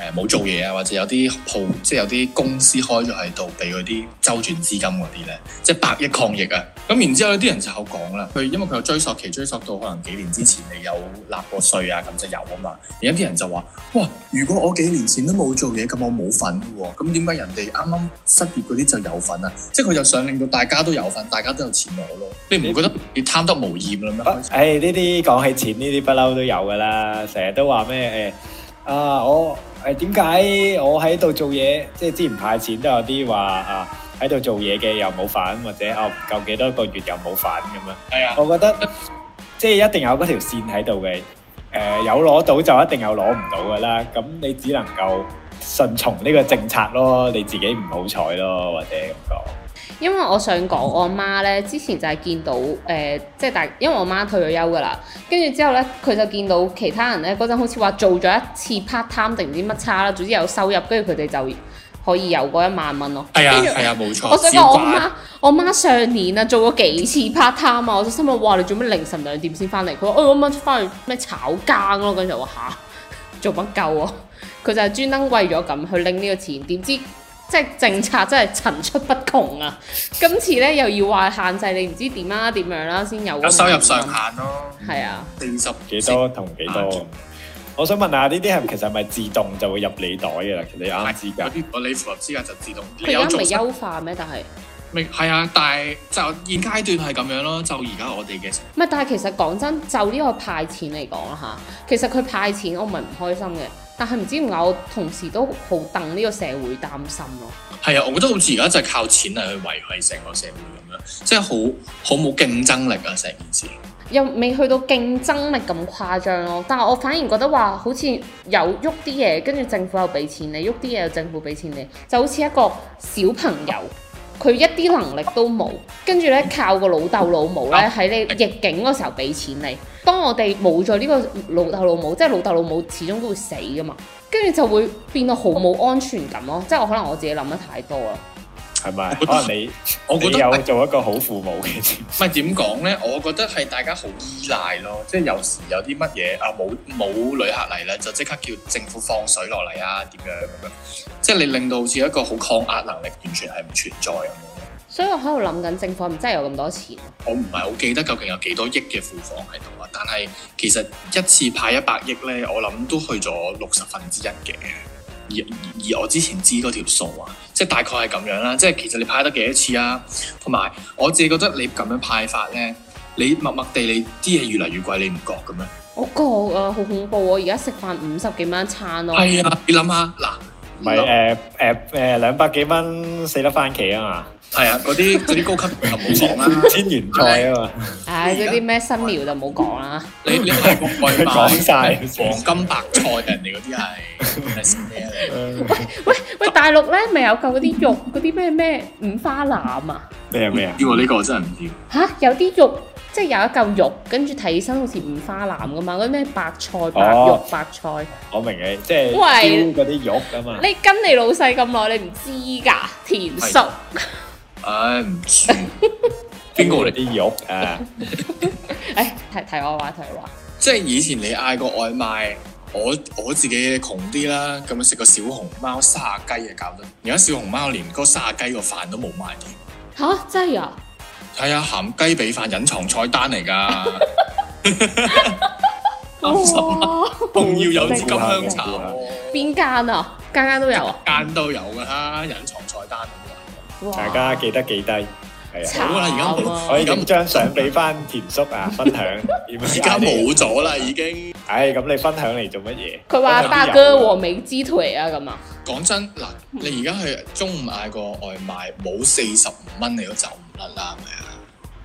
Speaker 1: 誒冇做嘢啊，或者有啲鋪，即係有啲公司開咗喺度，俾嗰啲周轉資金嗰啲咧，即係百億抗疫啊！咁然之後呢啲人就有講啦，佢因為佢有追溯期，追溯到可能幾年之前你有納過稅啊，咁就有啊嘛。而家啲人就話：哇，如果我幾年前都冇做嘢，咁我冇份喎，咁點解人哋啱啱失業嗰啲就有份啊？即係佢就想令到大家都有份，大家都有錢攞咯。你唔覺得你貪得無厭啦咩？
Speaker 3: 啊唉，呢啲講起錢呢啲不嬲都有㗎啦，成日都話咩誒啊我誒點解我喺度做嘢，即係之前派錢都有啲話啊喺度做嘢嘅又冇份，或者啊唔夠幾多個月又冇份咁樣。
Speaker 1: 係啊，
Speaker 3: 我覺得即係一定有嗰條線喺度嘅，誒、有攞到就一定有攞唔到噶啦。咁你只能夠順從呢個政策咯，你自己唔好彩咯，或者咁講。
Speaker 2: 因為我想講，我阿媽咧之前就係見到誒、呃即係大，因為我媽退咗休噶啦，跟住之後咧，佢就見到其他人咧嗰陣好似話做咗一次 part time 定唔知乜叉啦，總之有收入，跟住佢哋就可以有嗰一萬蚊咯。
Speaker 1: 係啊
Speaker 2: 跟，住
Speaker 1: 係啊，冇錯。
Speaker 2: 我想
Speaker 1: 小
Speaker 2: 講我
Speaker 1: 寡
Speaker 2: 媽，我媽上年啊做咗幾次 part time 啊，我就心諗哇你做咩凌晨兩點先翻嚟？佢話哎我媽翻去咩炒更咯，跟住我話吓，做乜鳩啊？佢就係專登為咗咁去拎呢個錢，點知即係政策真係層出不窮啊！今次咧又要話限制你唔知點啊點樣啦，先有嗰
Speaker 1: 有
Speaker 2: 個
Speaker 1: 收入上限咯，
Speaker 2: 係啊，
Speaker 1: 四十
Speaker 3: 幾多同幾多？我想問下呢啲係其實係咪自動就會入你袋嘅啦？你啱知
Speaker 1: 有
Speaker 3: 㗎。
Speaker 1: 啲哦我你符合資格就自動，你
Speaker 2: 佢
Speaker 1: 有
Speaker 2: 而家
Speaker 1: 做
Speaker 2: 未優化咩？但係
Speaker 1: 明係啊，但係就現階段係咁樣咯。就而家我哋嘅
Speaker 2: 唔係，但係其實講真，就呢個派錢嚟講啦嚇，其實佢派錢我唔係唔開心嘅，但係唔知點解我同時都好戥呢個社會擔心咯。
Speaker 1: 係啊，我覺得好似而家就係靠錢嚟去維係成個社會咁樣，即係好好冇競爭力啊！成件事
Speaker 2: 又未去到競爭力咁誇張咯，但係我反而覺得話好似有喐啲嘢，跟住政府又俾錢你，喐啲嘢又政府俾錢你，就好似一個小朋友，佢一啲能力都冇，跟住咧靠個老豆老母咧喺你逆境嗰時候俾錢你。當我哋冇咗呢個老豆老母，即係老豆老母始終都會死噶嘛，跟住就會變到毫冇安全感咯。即係我可能我自己諗得太多啦。
Speaker 3: 係咪？可能你
Speaker 1: 我覺
Speaker 3: 你
Speaker 1: 得
Speaker 3: 有做一個好父母嘅先。
Speaker 1: 唔係點講咧？我覺得係大家好依賴咯，即係有時有啲乜嘢啊冇冇旅客嚟咧，就即刻叫政府放水落嚟啊點樣咁樣，即係你令到好似一個好抗壓能力完全係唔存在咁樣。
Speaker 2: 所以我喺度諗緊政府係咪真係有咁多錢啊？
Speaker 1: 我唔係好記得究竟有幾多億嘅庫房喺度啊，但係其實一次派一百億咧，我諗都去咗六十分之一嘅。而而而我之前知嗰條數啊，即係大概係咁樣啦。即係其實你派得幾多次啊？同埋我自己覺得你咁樣派法咧，你默默地你啲嘢越嚟越貴，你唔覺嘅咩？
Speaker 2: 我覺啊，好恐怖啊！而家食飯五十幾蚊一餐咯，
Speaker 1: 係啊，你諗下嗱，
Speaker 3: 唔係誒誒誒兩百幾蚊四粒番茄啊嘛，
Speaker 1: 係啊，嗰啲嗰啲高級就唔好講啦。
Speaker 3: 千元菜啊嘛，
Speaker 2: 唉，嗰啲咩新苗就冇講 啦。
Speaker 1: 你你係外賣
Speaker 3: 講晒
Speaker 1: 黃金白菜人哋嗰啲係係食咩啊嚟？
Speaker 2: 喂，大陸咧咪有嚿嗰啲肉，嗰啲咩咩五花腩啊？
Speaker 3: 咩啊咩啊？
Speaker 1: 呢個呢個我真係唔知。
Speaker 2: 吓，有啲肉即係有一嚿肉，跟住睇起身好似五花腩咁嘛，嗰啲咩白菜、白肉
Speaker 3: 哦、
Speaker 2: 白菜。
Speaker 3: 我明嘅，即係
Speaker 2: 喂
Speaker 3: 燒嗰啲肉啊嘛。
Speaker 2: 你跟你老細咁耐，你唔知㗎，田叔
Speaker 1: 係唉，唔知 邊個嚟？
Speaker 3: 啲肉啊？
Speaker 2: 唉，提提哎我話，提我話，
Speaker 1: 即係以前你嗌個外賣，我我自己窮啲啦，咁樣食個小熊貓沙雞嘅搞得。而家小熊貓連嗰沙雞個飯都冇賣添。
Speaker 2: 吓？真係啊！
Speaker 1: 係啊，鹹雞髀飯隱藏菜單嚟㗎， 啱心
Speaker 2: 哇！
Speaker 1: 仲要有支金香茶
Speaker 3: 好正
Speaker 1: 喎，
Speaker 2: 邊間啊？間間都有啊！
Speaker 1: 間都有㗎啦，隱藏菜單嚟
Speaker 2: 哇
Speaker 3: 大家記得記低，係
Speaker 1: 㗎。
Speaker 3: 啊，
Speaker 1: 好啦，而家
Speaker 2: 慘啊
Speaker 1: 冇，
Speaker 3: 可以
Speaker 1: 而
Speaker 3: 影
Speaker 1: 家
Speaker 3: 張相俾翻田叔啊，分享。而
Speaker 1: 而家冇咗啦，已
Speaker 2: 啊
Speaker 1: 經。
Speaker 3: 唉，咁你分享嚟做乜嘢？
Speaker 2: 佢話
Speaker 3: 分享啲
Speaker 2: 大
Speaker 3: 油
Speaker 2: 哥
Speaker 3: 啊
Speaker 2: 和美之腿啊咁啊！
Speaker 1: 講真嗱，你而家去中午嗌個外賣冇四十五蚊，你都走唔甩啦，係咪啊？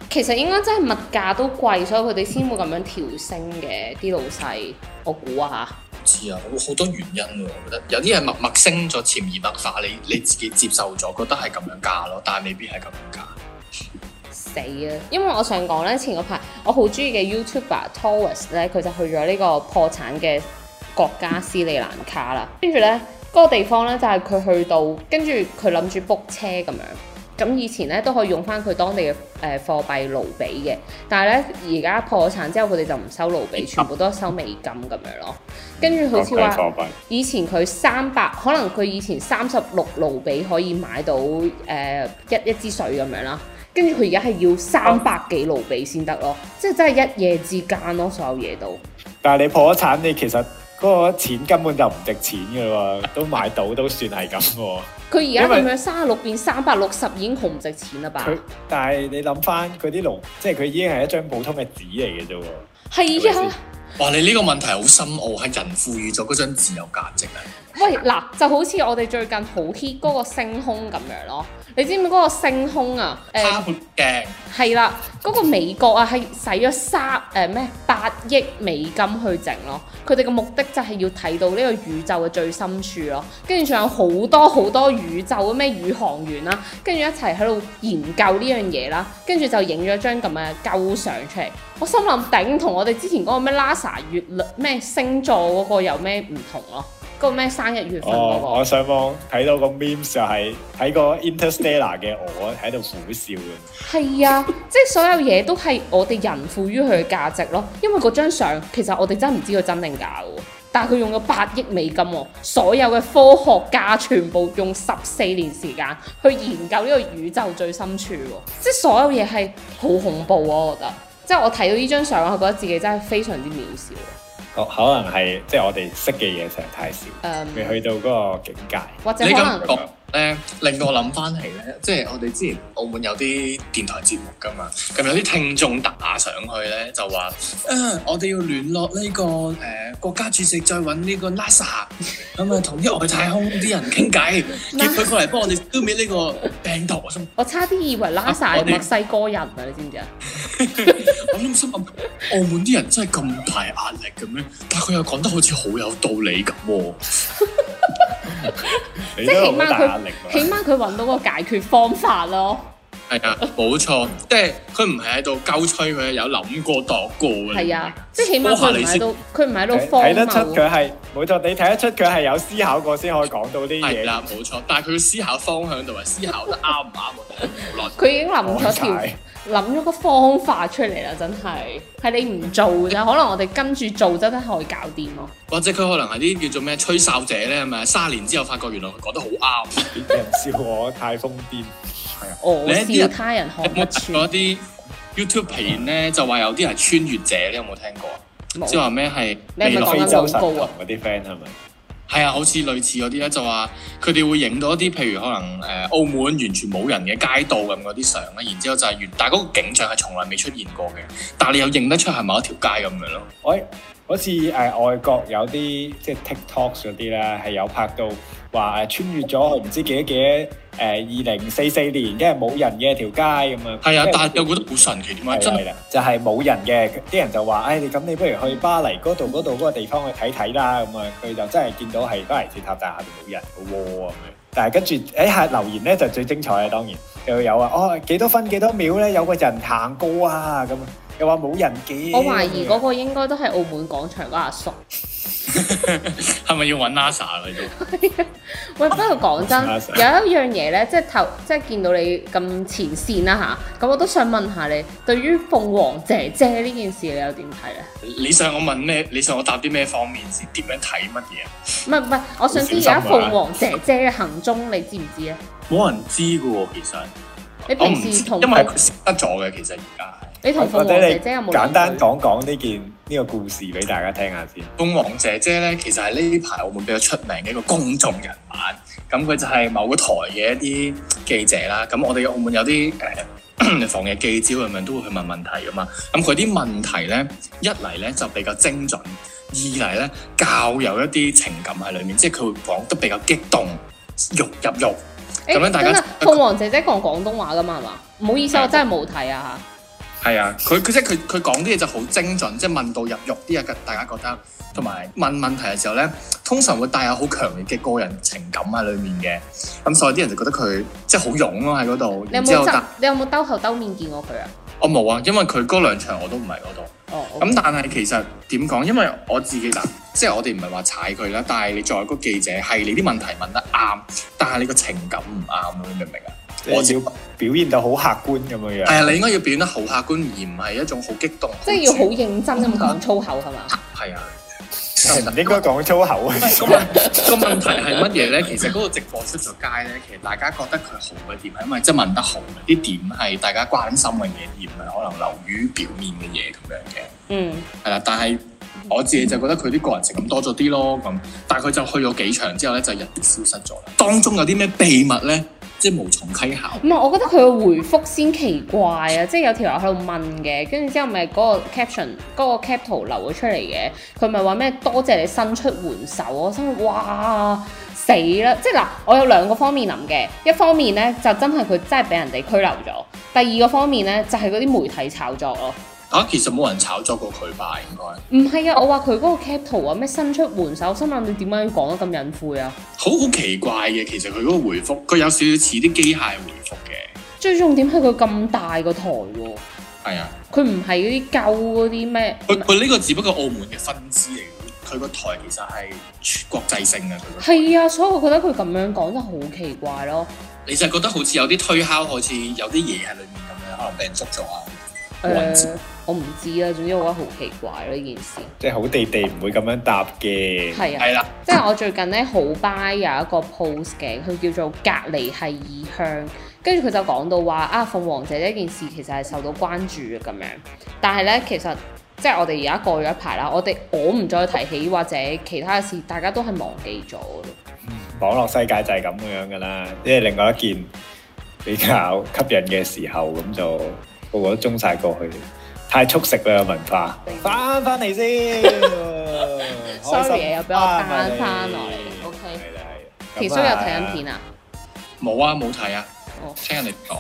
Speaker 2: 其實應該真係物價都貴，所以佢哋先會咁樣調升嘅啲老細，我估啊嚇。
Speaker 1: 唔知啊，好好多原因喎，我覺得有啲嘢默默升咗，潛移默化，你你自己接受咗，覺得係咁樣價咯，但係未必係咁樣價。
Speaker 2: 死啊！因為我想講咧，前嗰排我好中意嘅 YouTuber Taurus 咧，佢就去咗呢個破產嘅國家斯里蘭卡啦。跟住咧，嗰、個地方咧就係、佢去到，跟住佢諗住 book 車咁樣。咁以前咧都可以用翻佢當地嘅誒、呃、貨幣盧比嘅，但係咧而家破產之後，佢哋就唔收盧比，全部都收美金咁樣咯。跟住好似話。
Speaker 3: 國際貨幣
Speaker 2: 以前佢三百，可能佢以前三十六盧比可以買到誒、呃一一支水咁樣啦，跟住佢而家係要三百幾盧比先得咯，即係真係一夜之間咯，所有嘢都
Speaker 3: 但係你破咗產，你其實嗰個錢根本就唔值錢嘅喎，都買到都算係咁喎。
Speaker 2: 佢而家
Speaker 3: 因為
Speaker 2: 咁樣三十六變三百六十已經好唔值錢啦吧？
Speaker 3: 佢但係你諗翻佢啲勞，即係佢已經係一張普通嘅紙嚟嘅啫喎。
Speaker 2: 係啊，
Speaker 1: 哇！你呢個問題好深奧，係人賦予咗嗰張自由價值啊！
Speaker 2: 喂嗱，就好似我哋最近好 hit 嗰個星空咁樣咯，你知唔知嗰個星空啊？誒、
Speaker 1: 卡闊鏡
Speaker 2: 係啦，嗰、個美國啊，係使咗三誒咩八億美金去整咯。佢哋嘅目的就係要睇到呢個宇宙嘅最深處咯。跟住仲有好多好多宇宙嘅咩宇航員啦，跟住一齊喺度研究呢樣嘢啦。跟住就影咗張咁嘅鳩相出嚟。我心諗頂，同我哋之前嗰個咩 NASA 月亮咩星座嗰個有咩唔同咯？嗰、個咩生日月份嗰、個
Speaker 3: 哦，我上網睇到個 memes 就係睇個 Interstellar 嘅我喺度苦笑咁。
Speaker 2: 係啊，即係所有嘢都係我哋人賦予佢嘅價值咯。因為嗰張相其實我哋真係唔知佢真定假嘅喎，但係佢用咗八億美金喎，所有嘅科學家全部用十四年時間去研究呢個宇宙最深處喎，即係所有嘢係好恐怖啊！我覺得，即係我睇到呢張相，我覺得自己真係非常之渺小。
Speaker 3: 可可能係即係我哋識嘅嘢實在太少，
Speaker 2: 誒、
Speaker 3: 未去到嗰個境界。
Speaker 2: 嗯或者
Speaker 1: 你
Speaker 2: 可
Speaker 1: 咁
Speaker 2: 能
Speaker 1: 講咧，令到我諗翻起咧，即係我哋之前澳門有啲電台節目噶嘛，咁有啲聽眾打上去咧就話：啊，我哋要聯絡呢、個誒、國家主席，再揾呢個 NASA，咁啊同啲外太空啲人傾偈，叫佢過嚟幫我哋消滅呢個病毒。我心
Speaker 2: 我差啲以為 NASA
Speaker 1: 我
Speaker 2: 係
Speaker 1: 哋
Speaker 2: 墨西哥人啊，你知唔知啊？
Speaker 1: 我諗心諗，澳門啲人真係咁大壓力嘅咩？但係佢又講得好似好有道理咁喎。
Speaker 3: 你
Speaker 2: 即
Speaker 3: 都
Speaker 2: 係
Speaker 3: 有
Speaker 2: 起
Speaker 3: 好
Speaker 2: 碼
Speaker 3: 大壓力
Speaker 2: 佢起
Speaker 3: 喎。
Speaker 2: 碼佢揾到個解決方法咯。
Speaker 1: 係啊，冇錯，即係佢唔係喺度鳩吹，佢係有諗過度過嘅。
Speaker 2: 係啊，即係起碼佢唔喺度，佢唔喺
Speaker 3: 睇
Speaker 2: 度荒
Speaker 3: 睇得出
Speaker 2: 謬。
Speaker 3: 佢係冇錯，你睇得出佢係有思考過先可以講到啲
Speaker 1: 係
Speaker 3: 嘢。
Speaker 1: 啦，冇錯，但係佢嘅思考方向同埋思考得啱唔啱啊？無論
Speaker 2: 佢已經諗咗條
Speaker 3: 講晒
Speaker 2: 諗咗個方法出嚟啦，真係係你唔做嘅，可能我哋跟住做真係可以搞掂咯。
Speaker 1: 或者佢可能係啲叫做咩吹哨者咧，係咪？三年之後發覺原來佢講得好啱。
Speaker 3: 啲人笑我太瘋癲，
Speaker 2: 我
Speaker 1: 你一啲
Speaker 2: 笑
Speaker 1: 人
Speaker 2: 他人看
Speaker 1: 有
Speaker 2: 不
Speaker 1: 冇睇過
Speaker 2: 穿
Speaker 1: 一，啲 YouTube 片咧，就話有啲係穿越者，你有冇聽過啊？即係
Speaker 2: 冇
Speaker 1: 話咩係
Speaker 2: 你係咪
Speaker 1: 未來
Speaker 2: 講緊
Speaker 3: 非洲神童
Speaker 2: 廣告啊
Speaker 3: 嗰啲 friend 係咪？
Speaker 1: 係啊，好似類似嗰啲咧，就話佢哋會影到一啲，譬如可能誒、呃澳門完全冇人嘅街道咁嗰啲相咧，然之後就係、原，但係嗰個景象係從來未出現過嘅，但係你又認得出係某一條街咁樣咯。
Speaker 3: 我好似誒、呃外國有啲即係 TikTok 嗰啲咧，係有拍到話誒穿越咗去唔知幾多幾多誒二零四四年，跟住冇人嘅條街咁樣。
Speaker 1: 係啊，
Speaker 3: 跟住
Speaker 1: 但係又覺得好神奇，點解
Speaker 3: 係
Speaker 1: 真
Speaker 3: 啦
Speaker 1: 係
Speaker 3: 係啦，就係冇人嘅，啲人就話：，誒、你咁你不如去巴黎嗰度嗰度嗰個地方去睇睇啦。咁啊，佢就真係見到係巴黎鐵塔，但係下邊冇人嘅喎咁樣。但係跟住誒下留言咧就最精彩啊，當然就有啊，哦幾多分幾多秒咧有個人行過啊咁啊，又話冇人嘅。
Speaker 2: 我懷疑嗰個應該都係澳門廣場嗰阿叔。 啊
Speaker 1: 係咪要揾 NASA 啦？要
Speaker 2: 喂，不過講真，
Speaker 3: 我想啊
Speaker 2: 有
Speaker 3: 一
Speaker 2: 一樣嘢咧，即係頭，即係見到你咁前線啦吓，咁我都想問下你，對於鳳凰姐姐呢件事，你又點睇咧？
Speaker 1: 你想我問咩？你想我答啲咩方面先？點樣睇乜嘢？
Speaker 2: 唔係唔係，我想知而家
Speaker 1: 啊
Speaker 2: 鳳凰姐姐嘅行蹤，你知唔知咧？
Speaker 1: 冇人知嘅喎，其實
Speaker 2: 你
Speaker 1: 我唔
Speaker 2: 平時
Speaker 1: 知，
Speaker 2: 同
Speaker 1: 因為佢消失咗嘅。其實而家
Speaker 2: 你同鳳
Speaker 3: 或
Speaker 2: 凰
Speaker 3: 者
Speaker 2: 姐
Speaker 3: 你
Speaker 2: 姐有冇
Speaker 3: 簡單
Speaker 2: 聯繫
Speaker 3: 講講呢件呢個故事俾大家聽下先。
Speaker 1: 係鳳凰姐姐咧，其實係呢排澳門比較出名嘅一個公眾人物。咁佢就係某個台嘅一啲記者啦。咁我哋澳門有啲誒、呃 防疫記招咁樣都會去問問題噶嘛。咁佢啲問題咧，一嚟咧就比較精準，二嚟咧較有一啲情感喺裡面，即係佢會講得比較激動，肉入肉。
Speaker 2: 誒
Speaker 1: 咁樣大家
Speaker 2: 等等鳳凰姐姐講廣東話噶嘛係嘛？唔好意思，我真係冇睇啊
Speaker 1: 係啊，佢佢即係佢佢講啲嘢就好精準，即係問到入肉啲嘢，大家覺得。同埋問問題嘅時候咧，通常會帶有好強烈嘅個人情感喺裡面嘅，咁所以啲人就覺得佢即係好勇咯喺嗰度。
Speaker 2: 你有
Speaker 1: 然之後
Speaker 2: 冇
Speaker 1: 但
Speaker 2: 執你有冇兜頭兜面見過佢啊？
Speaker 1: 我冇啊，因為佢嗰兩場我都唔喺嗰度。
Speaker 2: 哦，
Speaker 1: 咁但係其實點講？因為我自己嗱，即係我哋唔係話踩佢啦，但係你作為一個記者，係你啲問題問得啱，但係你個情感唔啱咯，你明唔明啊？
Speaker 3: 我
Speaker 1: 我
Speaker 3: 要表現到好客觀咁樣樣。
Speaker 1: 係啊，你應該要變得好客觀，而唔係一種好激動。
Speaker 2: 即係要好認真咁講粗口係嘛？
Speaker 1: 係啊。
Speaker 3: 唔應該講粗口啊！
Speaker 1: 個問個問題係乜嘢咧？其實嗰個直播出咗街咧，其實大家覺得佢好嘅點係因為即係問得好嘅啲點係大家關心嘅嘢，而唔係可能流於表面嘅嘢咁樣嘅。
Speaker 2: 嗯，
Speaker 1: 係啦，但係我自己就覺得佢啲個人情感多咗啲咯。咁，但係佢就去咗幾場之後咧，就日啲消失咗啦。當中有啲咩秘密咧，即係無從稽考。
Speaker 2: 唔係，我覺得佢嘅回覆先奇怪啊！即係有條友喺度問嘅，跟住之後咪嗰個 caption 嗰個 cap 圖流咗出嚟嘅，佢咪話咩多謝你伸出援手，我心諗哇死啦！即係嗱，我有兩個方面諗嘅，一方面咧就真係佢真係俾人哋拘留咗，第二個方面咧就係嗰啲媒體炒作咯。
Speaker 1: 啊，其實冇人炒作過佢吧？應該
Speaker 2: 唔係啊，我話佢嗰個 cap 圖啊，咩伸出援手，心諗你點解要講得咁隱晦啊？
Speaker 1: 好好奇怪嘅。其實佢嗰個回覆，佢有少少似啲機械回覆嘅。
Speaker 2: 最重點係佢咁大個台喎、
Speaker 1: 係啊。
Speaker 2: 佢唔係嗰啲舊嗰啲咩？
Speaker 1: 佢佢呢個只不過澳門嘅分支嚟嘅，佢個台其實係全國際性嘅。佢個
Speaker 2: 係啊，所以我覺得佢咁樣講真係好奇怪咯。
Speaker 1: 你就覺得好似有啲推敲，好似有啲嘢喺裏面咁樣，可能俾人捉咗啊。
Speaker 2: 誒、
Speaker 1: 冇人知
Speaker 2: 呃我唔知啦，總之我覺得好奇怪咯呢件事。
Speaker 3: 即係好地地唔會咁樣答嘅。
Speaker 2: 係啊，
Speaker 1: 係啦，
Speaker 2: 即係我最近咧好 buy 有一個 post 嘅，佢叫做隔離係異鄉，跟住佢就講到話啊，鳳凰姐呢件事其實係受到關注嘅咁樣，但係咧其實。即係我哋而家過咗一排啦，我哋我唔再提起或者其他嘅事，大家都係忘記咗咯。
Speaker 3: 網絡世界就係咁樣噶啦，即係另外一件比較吸引嘅時候，咁就個個都中晒過去，太速食啦文化，翻翻嚟 先。開心
Speaker 2: Sorry，又俾我單
Speaker 3: 返嚟
Speaker 2: 翻落嚟，OK
Speaker 3: 係啦係啦。
Speaker 2: 其實
Speaker 3: 咁啊
Speaker 2: 有睇緊片啊，
Speaker 1: 冇啊，冇睇啊
Speaker 2: 哦，
Speaker 1: 聽人哋講。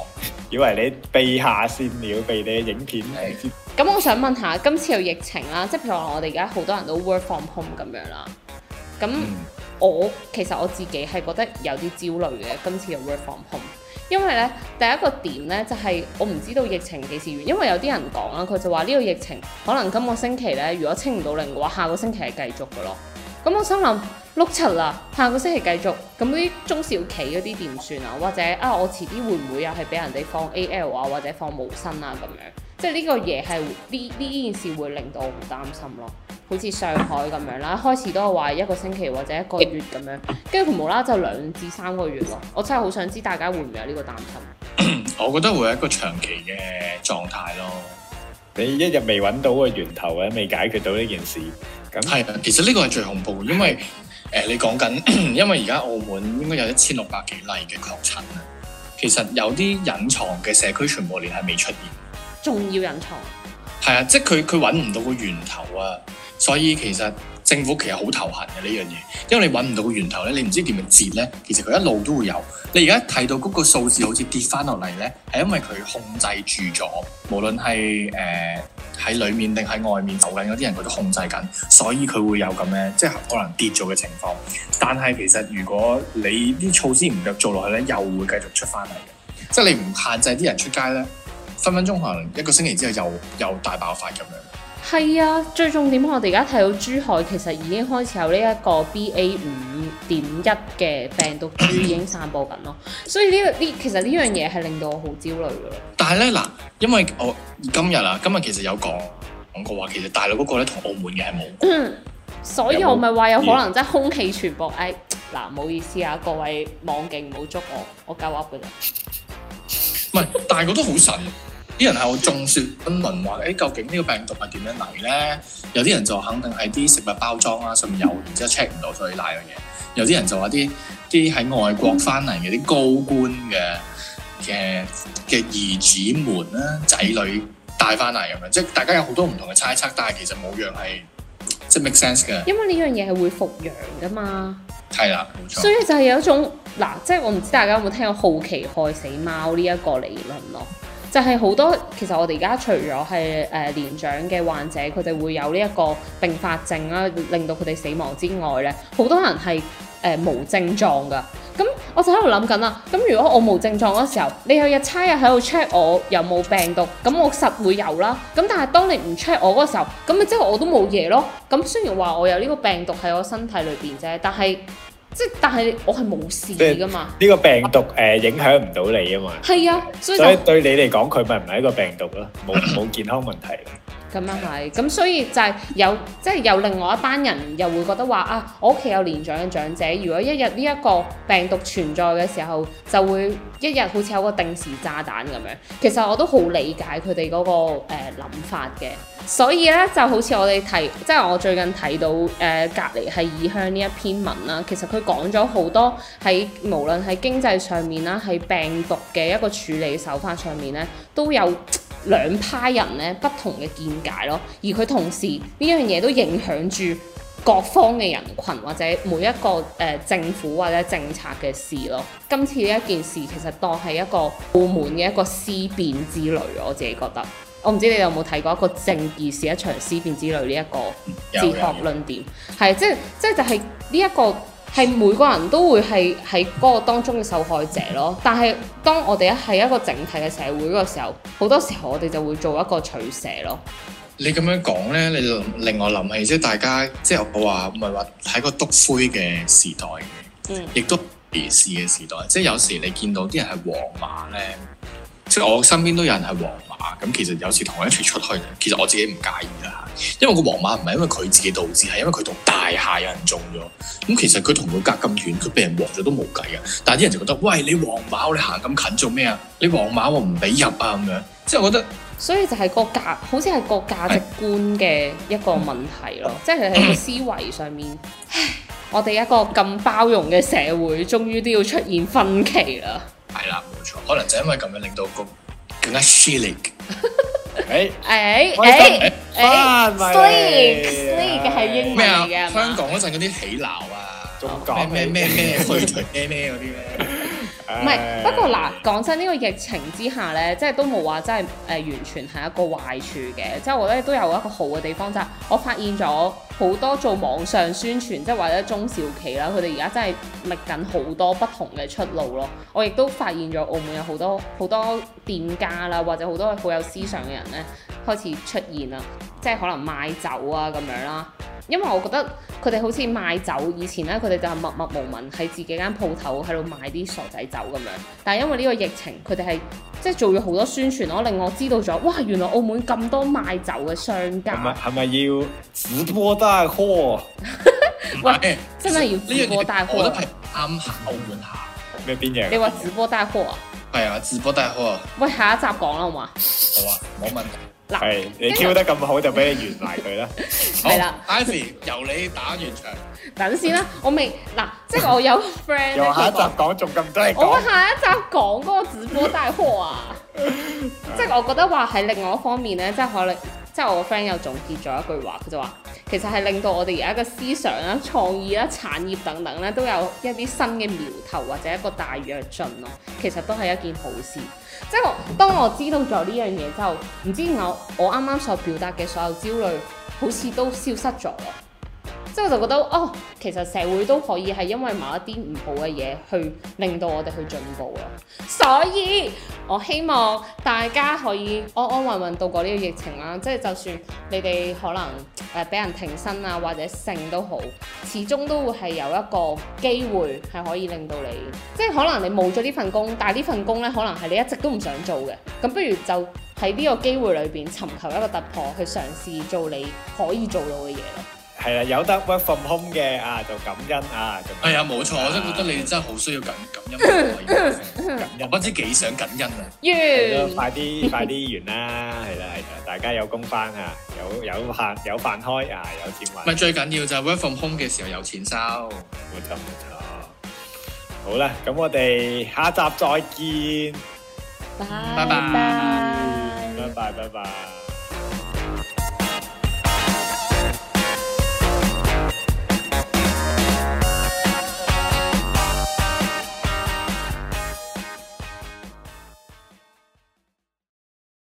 Speaker 3: 以為你避下先了，避你嘅影片。
Speaker 1: 係
Speaker 2: 咁我想問下，今次有疫情啦，即係譬如話我哋而家好多人都 work from home 咁樣啦。咁
Speaker 1: 嗯
Speaker 2: 我其實我自己係覺得有啲焦慮嘅，今次嘅 work from home，因為咧第一個點咧就係、我唔知道疫情幾時完，因為有啲人講啦，佢就話呢個疫情可能今個星期咧，如果清唔到零嘅話，下個星期係繼續嘅咯。咁我心諗碌柒啦，下個星期繼續，咁啲中小企嗰啲點算啊？或者啊，我遲啲會唔會又係俾人哋放 AL 啊，或者放無薪啊咁樣？即係呢個嘢係呢呢件事會令到我唔擔心咯。好似上海咁樣啦，開始都係話一個星期或者一個月咁樣，跟住佢無啦啦就兩至三個月咯。我真係好想知大家會唔會有呢個擔心？
Speaker 1: 嗯我覺得會係一個長期嘅狀態咯。
Speaker 3: 你一日未揾到個源頭或者未解決到呢件事，咁
Speaker 1: 係啊，其實呢個係最恐怖，因為誒、呃你講緊， 因為而家澳門應該有一千六百幾例嘅確診啊。其實有啲隱藏嘅社區傳播鏈係未出現。
Speaker 2: 仲要隱藏，
Speaker 1: 係啊，即係佢佢揾唔到個源頭啊，所以其實政府其實好頭痕嘅呢樣嘢，因為你揾唔到個源頭咧，你唔知點樣截咧，其實佢一路都會有。你而家睇到嗰個數字好似跌翻落嚟咧，係因為佢控制住咗，無論係誒喺裡面定喺外面走緊嗰啲人，佢都控制緊，所以佢會有咁嘅即係可能跌咗嘅情況。但係其實如果你啲措施唔繼續做落去咧，又會繼續出翻嚟嘅。即係你唔限制啲人出街咧，分分鐘可能一個星期之後又又大爆發咁樣。
Speaker 2: 係啊，最重點我哋而家睇到珠海其實已經開始有呢一個 BA 五點一嘅病毒株已經散播緊咯，所以呢、個呢其實呢樣嘢係令到我好焦慮噶咯。
Speaker 1: 但係咧嗱，因為我今日啊，今日其實有講講過話，其實大陸嗰個咧同澳門嘅係冇關。
Speaker 2: 所以
Speaker 3: 有冇
Speaker 2: 我咪話有可能真係空氣傳播，誒嗱唔好意思啊，各位網警唔好捉我，我鳩噏嘅啫。
Speaker 1: 唔係，但係我都好神。啲人係我眾說紛紜話，誒、究竟呢個病毒係點樣嚟咧？有啲人就肯定係啲食物包裝啊，上面有，然之後 check 唔到所以賴樣嘢。有啲人就話啲啲喺外國翻嚟嘅啲高官嘅嘅嘅兒子們啦、仔女帶翻嚟咁樣，即係大家有好多唔同嘅猜測，但係其實冇樣係即係 make sense 嘅，
Speaker 2: 因為呢樣嘢係會復陽噶嘛，
Speaker 1: 係啦，冇錯
Speaker 2: 所。以就係有一種嗱，即係我唔知大家有冇聽過好奇害死貓呢一個理論咯。就係好多其實我哋而家除咗係誒年長嘅患者，佢哋會有呢一個併發症啦，令到佢哋死亡之外咧，好多人係誒、呃、無症狀噶。咁我就喺度諗緊啦。咁如果我無症狀嗰時候，你有日差日喺度 check 我有冇病毒，咁我實會有啦。咁但係當你唔 check 我嗰時候，咁咪即係我都冇嘢咯。咁雖然話我有呢個病毒喺我身體裏邊啫，但係即係但係我係冇事噶嘛。
Speaker 3: 呢個病毒誒影響唔到你啊嘛，
Speaker 2: 係啊，所以就
Speaker 3: 所以對你嚟講，佢咪唔係一個病毒咯， 冇冇健康問題。
Speaker 2: 咁啊係，咁所以就係有即係有另外一班人又會覺得話啊，我屋企有年長嘅長者，如果一日呢一個病毒存在嘅時候，就會一日好似有個定時炸彈咁樣。其實我都好理解佢哋嗰個誒諗法嘅，所以咧就好似我哋睇，即係我最近睇到誒、呃隔離係異鄉呢一篇文啦，其實佢講咗好多喺無論喺經濟上面啦，喺病毒嘅一個處理手法上面咧，都有。兩派人咧不同嘅見解咯，而佢同時呢樣嘢都影響住各方嘅人群或者每一個誒、呃政府或者政策嘅事咯。今次呢一件事其實當係一個澳門嘅一個思變之旅，我自己覺得。我唔知你有冇睇過一個正義是一場思變之旅呢一個
Speaker 1: 有
Speaker 2: 哲
Speaker 1: 有
Speaker 2: 學
Speaker 1: 有
Speaker 2: 論點，係即係即係就係呢一個係每個人都會係喺嗰個當中嘅受害者咯。但係當我哋一係一個整體嘅社會嗰個時候，好多時候我哋就會做一個取捨咯。
Speaker 1: 你咁樣講咧，你令令我諗起即係大家即係我話唔係話喺個篤灰嘅時代嘅，
Speaker 2: 嗯
Speaker 1: 亦都鄙視嘅時代。即係有時你見到啲人係皇馬咧，即係我身邊都有人係皇馬，咁其實有時同我一齊出去，其實我自己唔介意啦嚇，因為個皇馬唔係因為佢自己導致，係因為佢同大廈有人中咗。咁其實佢同佢隔咁遠，佢俾人黃咗都冇計嘅。但係啲人就覺得，喂，你皇馬你行咁近做咩啊？你皇馬我唔俾入啊咁樣。即係我覺得。
Speaker 2: 所以就係個價，好似係個價值觀嘅一個問題咯，即係喺個思維上面。唉我哋一個咁包容嘅社會，終於都要出現分歧啦。
Speaker 1: 係啦，冇錯，可能就因為咁樣令到個更加 s h i l i
Speaker 2: 誒誒誒
Speaker 3: 誒，開心翻埋嚟
Speaker 2: ，sleek，sleek 係英
Speaker 1: 咩
Speaker 2: 文
Speaker 1: 啊
Speaker 2: 嚟？嘅，係
Speaker 1: 香
Speaker 2: 嘛
Speaker 1: 港嗰陣嗰啲起鬧啊，
Speaker 3: 仲講
Speaker 1: 咩咩咩咩去退咩咩嗰啲咧，
Speaker 2: 唔係，不過嗱，講真，呢、個疫情之下咧，即係都冇話真係誒、呃完全係一個壞處嘅。即係我覺得都有一個好嘅地方，就係、我發現咗好多做網上宣傳，即係或者中小企啦，佢哋而家真係覓緊好多不同嘅出路咯。我亦都發現咗澳門有好多好多店家啦，或者好多好有思想嘅人咧，開始出現啦，即係可能賣酒啊咁樣啦。因為我覺得佢哋好似賣酒，以前咧佢哋就係默默無聞喺自己間鋪頭喺度賣啲傻仔酒咁樣。但係因為呢個疫情，佢哋係即係做咗好多宣傳咯，令我知道咗，哇！原來澳門咁多賣酒嘅商
Speaker 3: 係咪
Speaker 2: 家，
Speaker 3: 係咪要直播大貨
Speaker 2: 喂
Speaker 1: 喂，
Speaker 2: 真係要
Speaker 1: 呢樣
Speaker 2: 直播帶
Speaker 1: 嘢我
Speaker 2: 貨
Speaker 1: 覺
Speaker 2: 啊
Speaker 1: 得。係啱行澳門下，
Speaker 3: 咩邊樣？
Speaker 2: 你話直播帶貨啊？
Speaker 1: 係啊，直播帶貨啊
Speaker 2: 喂，下一集講啦，好嘛？
Speaker 1: 好啊，冇問題。
Speaker 2: 嗱，
Speaker 3: 係你 Q 得咁好，就俾你完埋 佢啦。
Speaker 1: 好
Speaker 2: 係啦
Speaker 1: ，Ivy 由你打完場，
Speaker 2: 等先啦，我未嗱，即係我有個 friend 咧，
Speaker 3: 又下
Speaker 2: 佢
Speaker 3: 一集
Speaker 2: 講
Speaker 3: 講，仲咁多嘢
Speaker 2: 我
Speaker 3: 講。
Speaker 2: 下一集講嗰個直播帶貨啊，即係我覺得話喺另外一方面咧，即係可能，即係我個 friend 又總結咗一句話，佢就話其實係令到我哋而家嘅思想啦、創意啦、產業等等咧，都有一啲新嘅苗頭或者一個大躍進咯。其實都係一件好事。即係我當我知道咗呢樣嘢之後，唔知我我啱啱所表達嘅所有焦慮，好似都消失咗咯。即係我就覺得哦，其實社會都可以係因為某一啲唔好嘅嘢去令到我哋去進步咯。所以我希望大家可以哦安安穩穩度過呢個疫情啦。即係就算你哋可能誒俾、人停薪啊，或者性都好，始終都會係有一個機會係可以令到你，即係可能你冇咗呢份工，但係呢份工呢，可能係你一直都唔想做嘅。咁不如就喺呢個機會裏邊尋求一個突破，去嘗試做你可以做到嘅嘢咯。
Speaker 3: 係啦，有得 work from home 嘅啊，就感恩啊，就
Speaker 1: 係啊，冇錯，我真係覺得你真係好需要感感恩，啊
Speaker 3: 感
Speaker 1: 又
Speaker 3: 恩。
Speaker 1: 不知幾想感恩啊！
Speaker 3: 係咯
Speaker 2: 完。
Speaker 3: 快啲快啲完啦，係啦係啦，大家有工翻啊，有有飯有飯開啊，有錢揾
Speaker 1: 咪。最緊要就係 work from home 嘅時候有錢收。
Speaker 3: 冇錯冇錯。好啦，咁我哋下集再見，
Speaker 1: 拜
Speaker 2: 拜拜。
Speaker 3: 拜拜拜拜。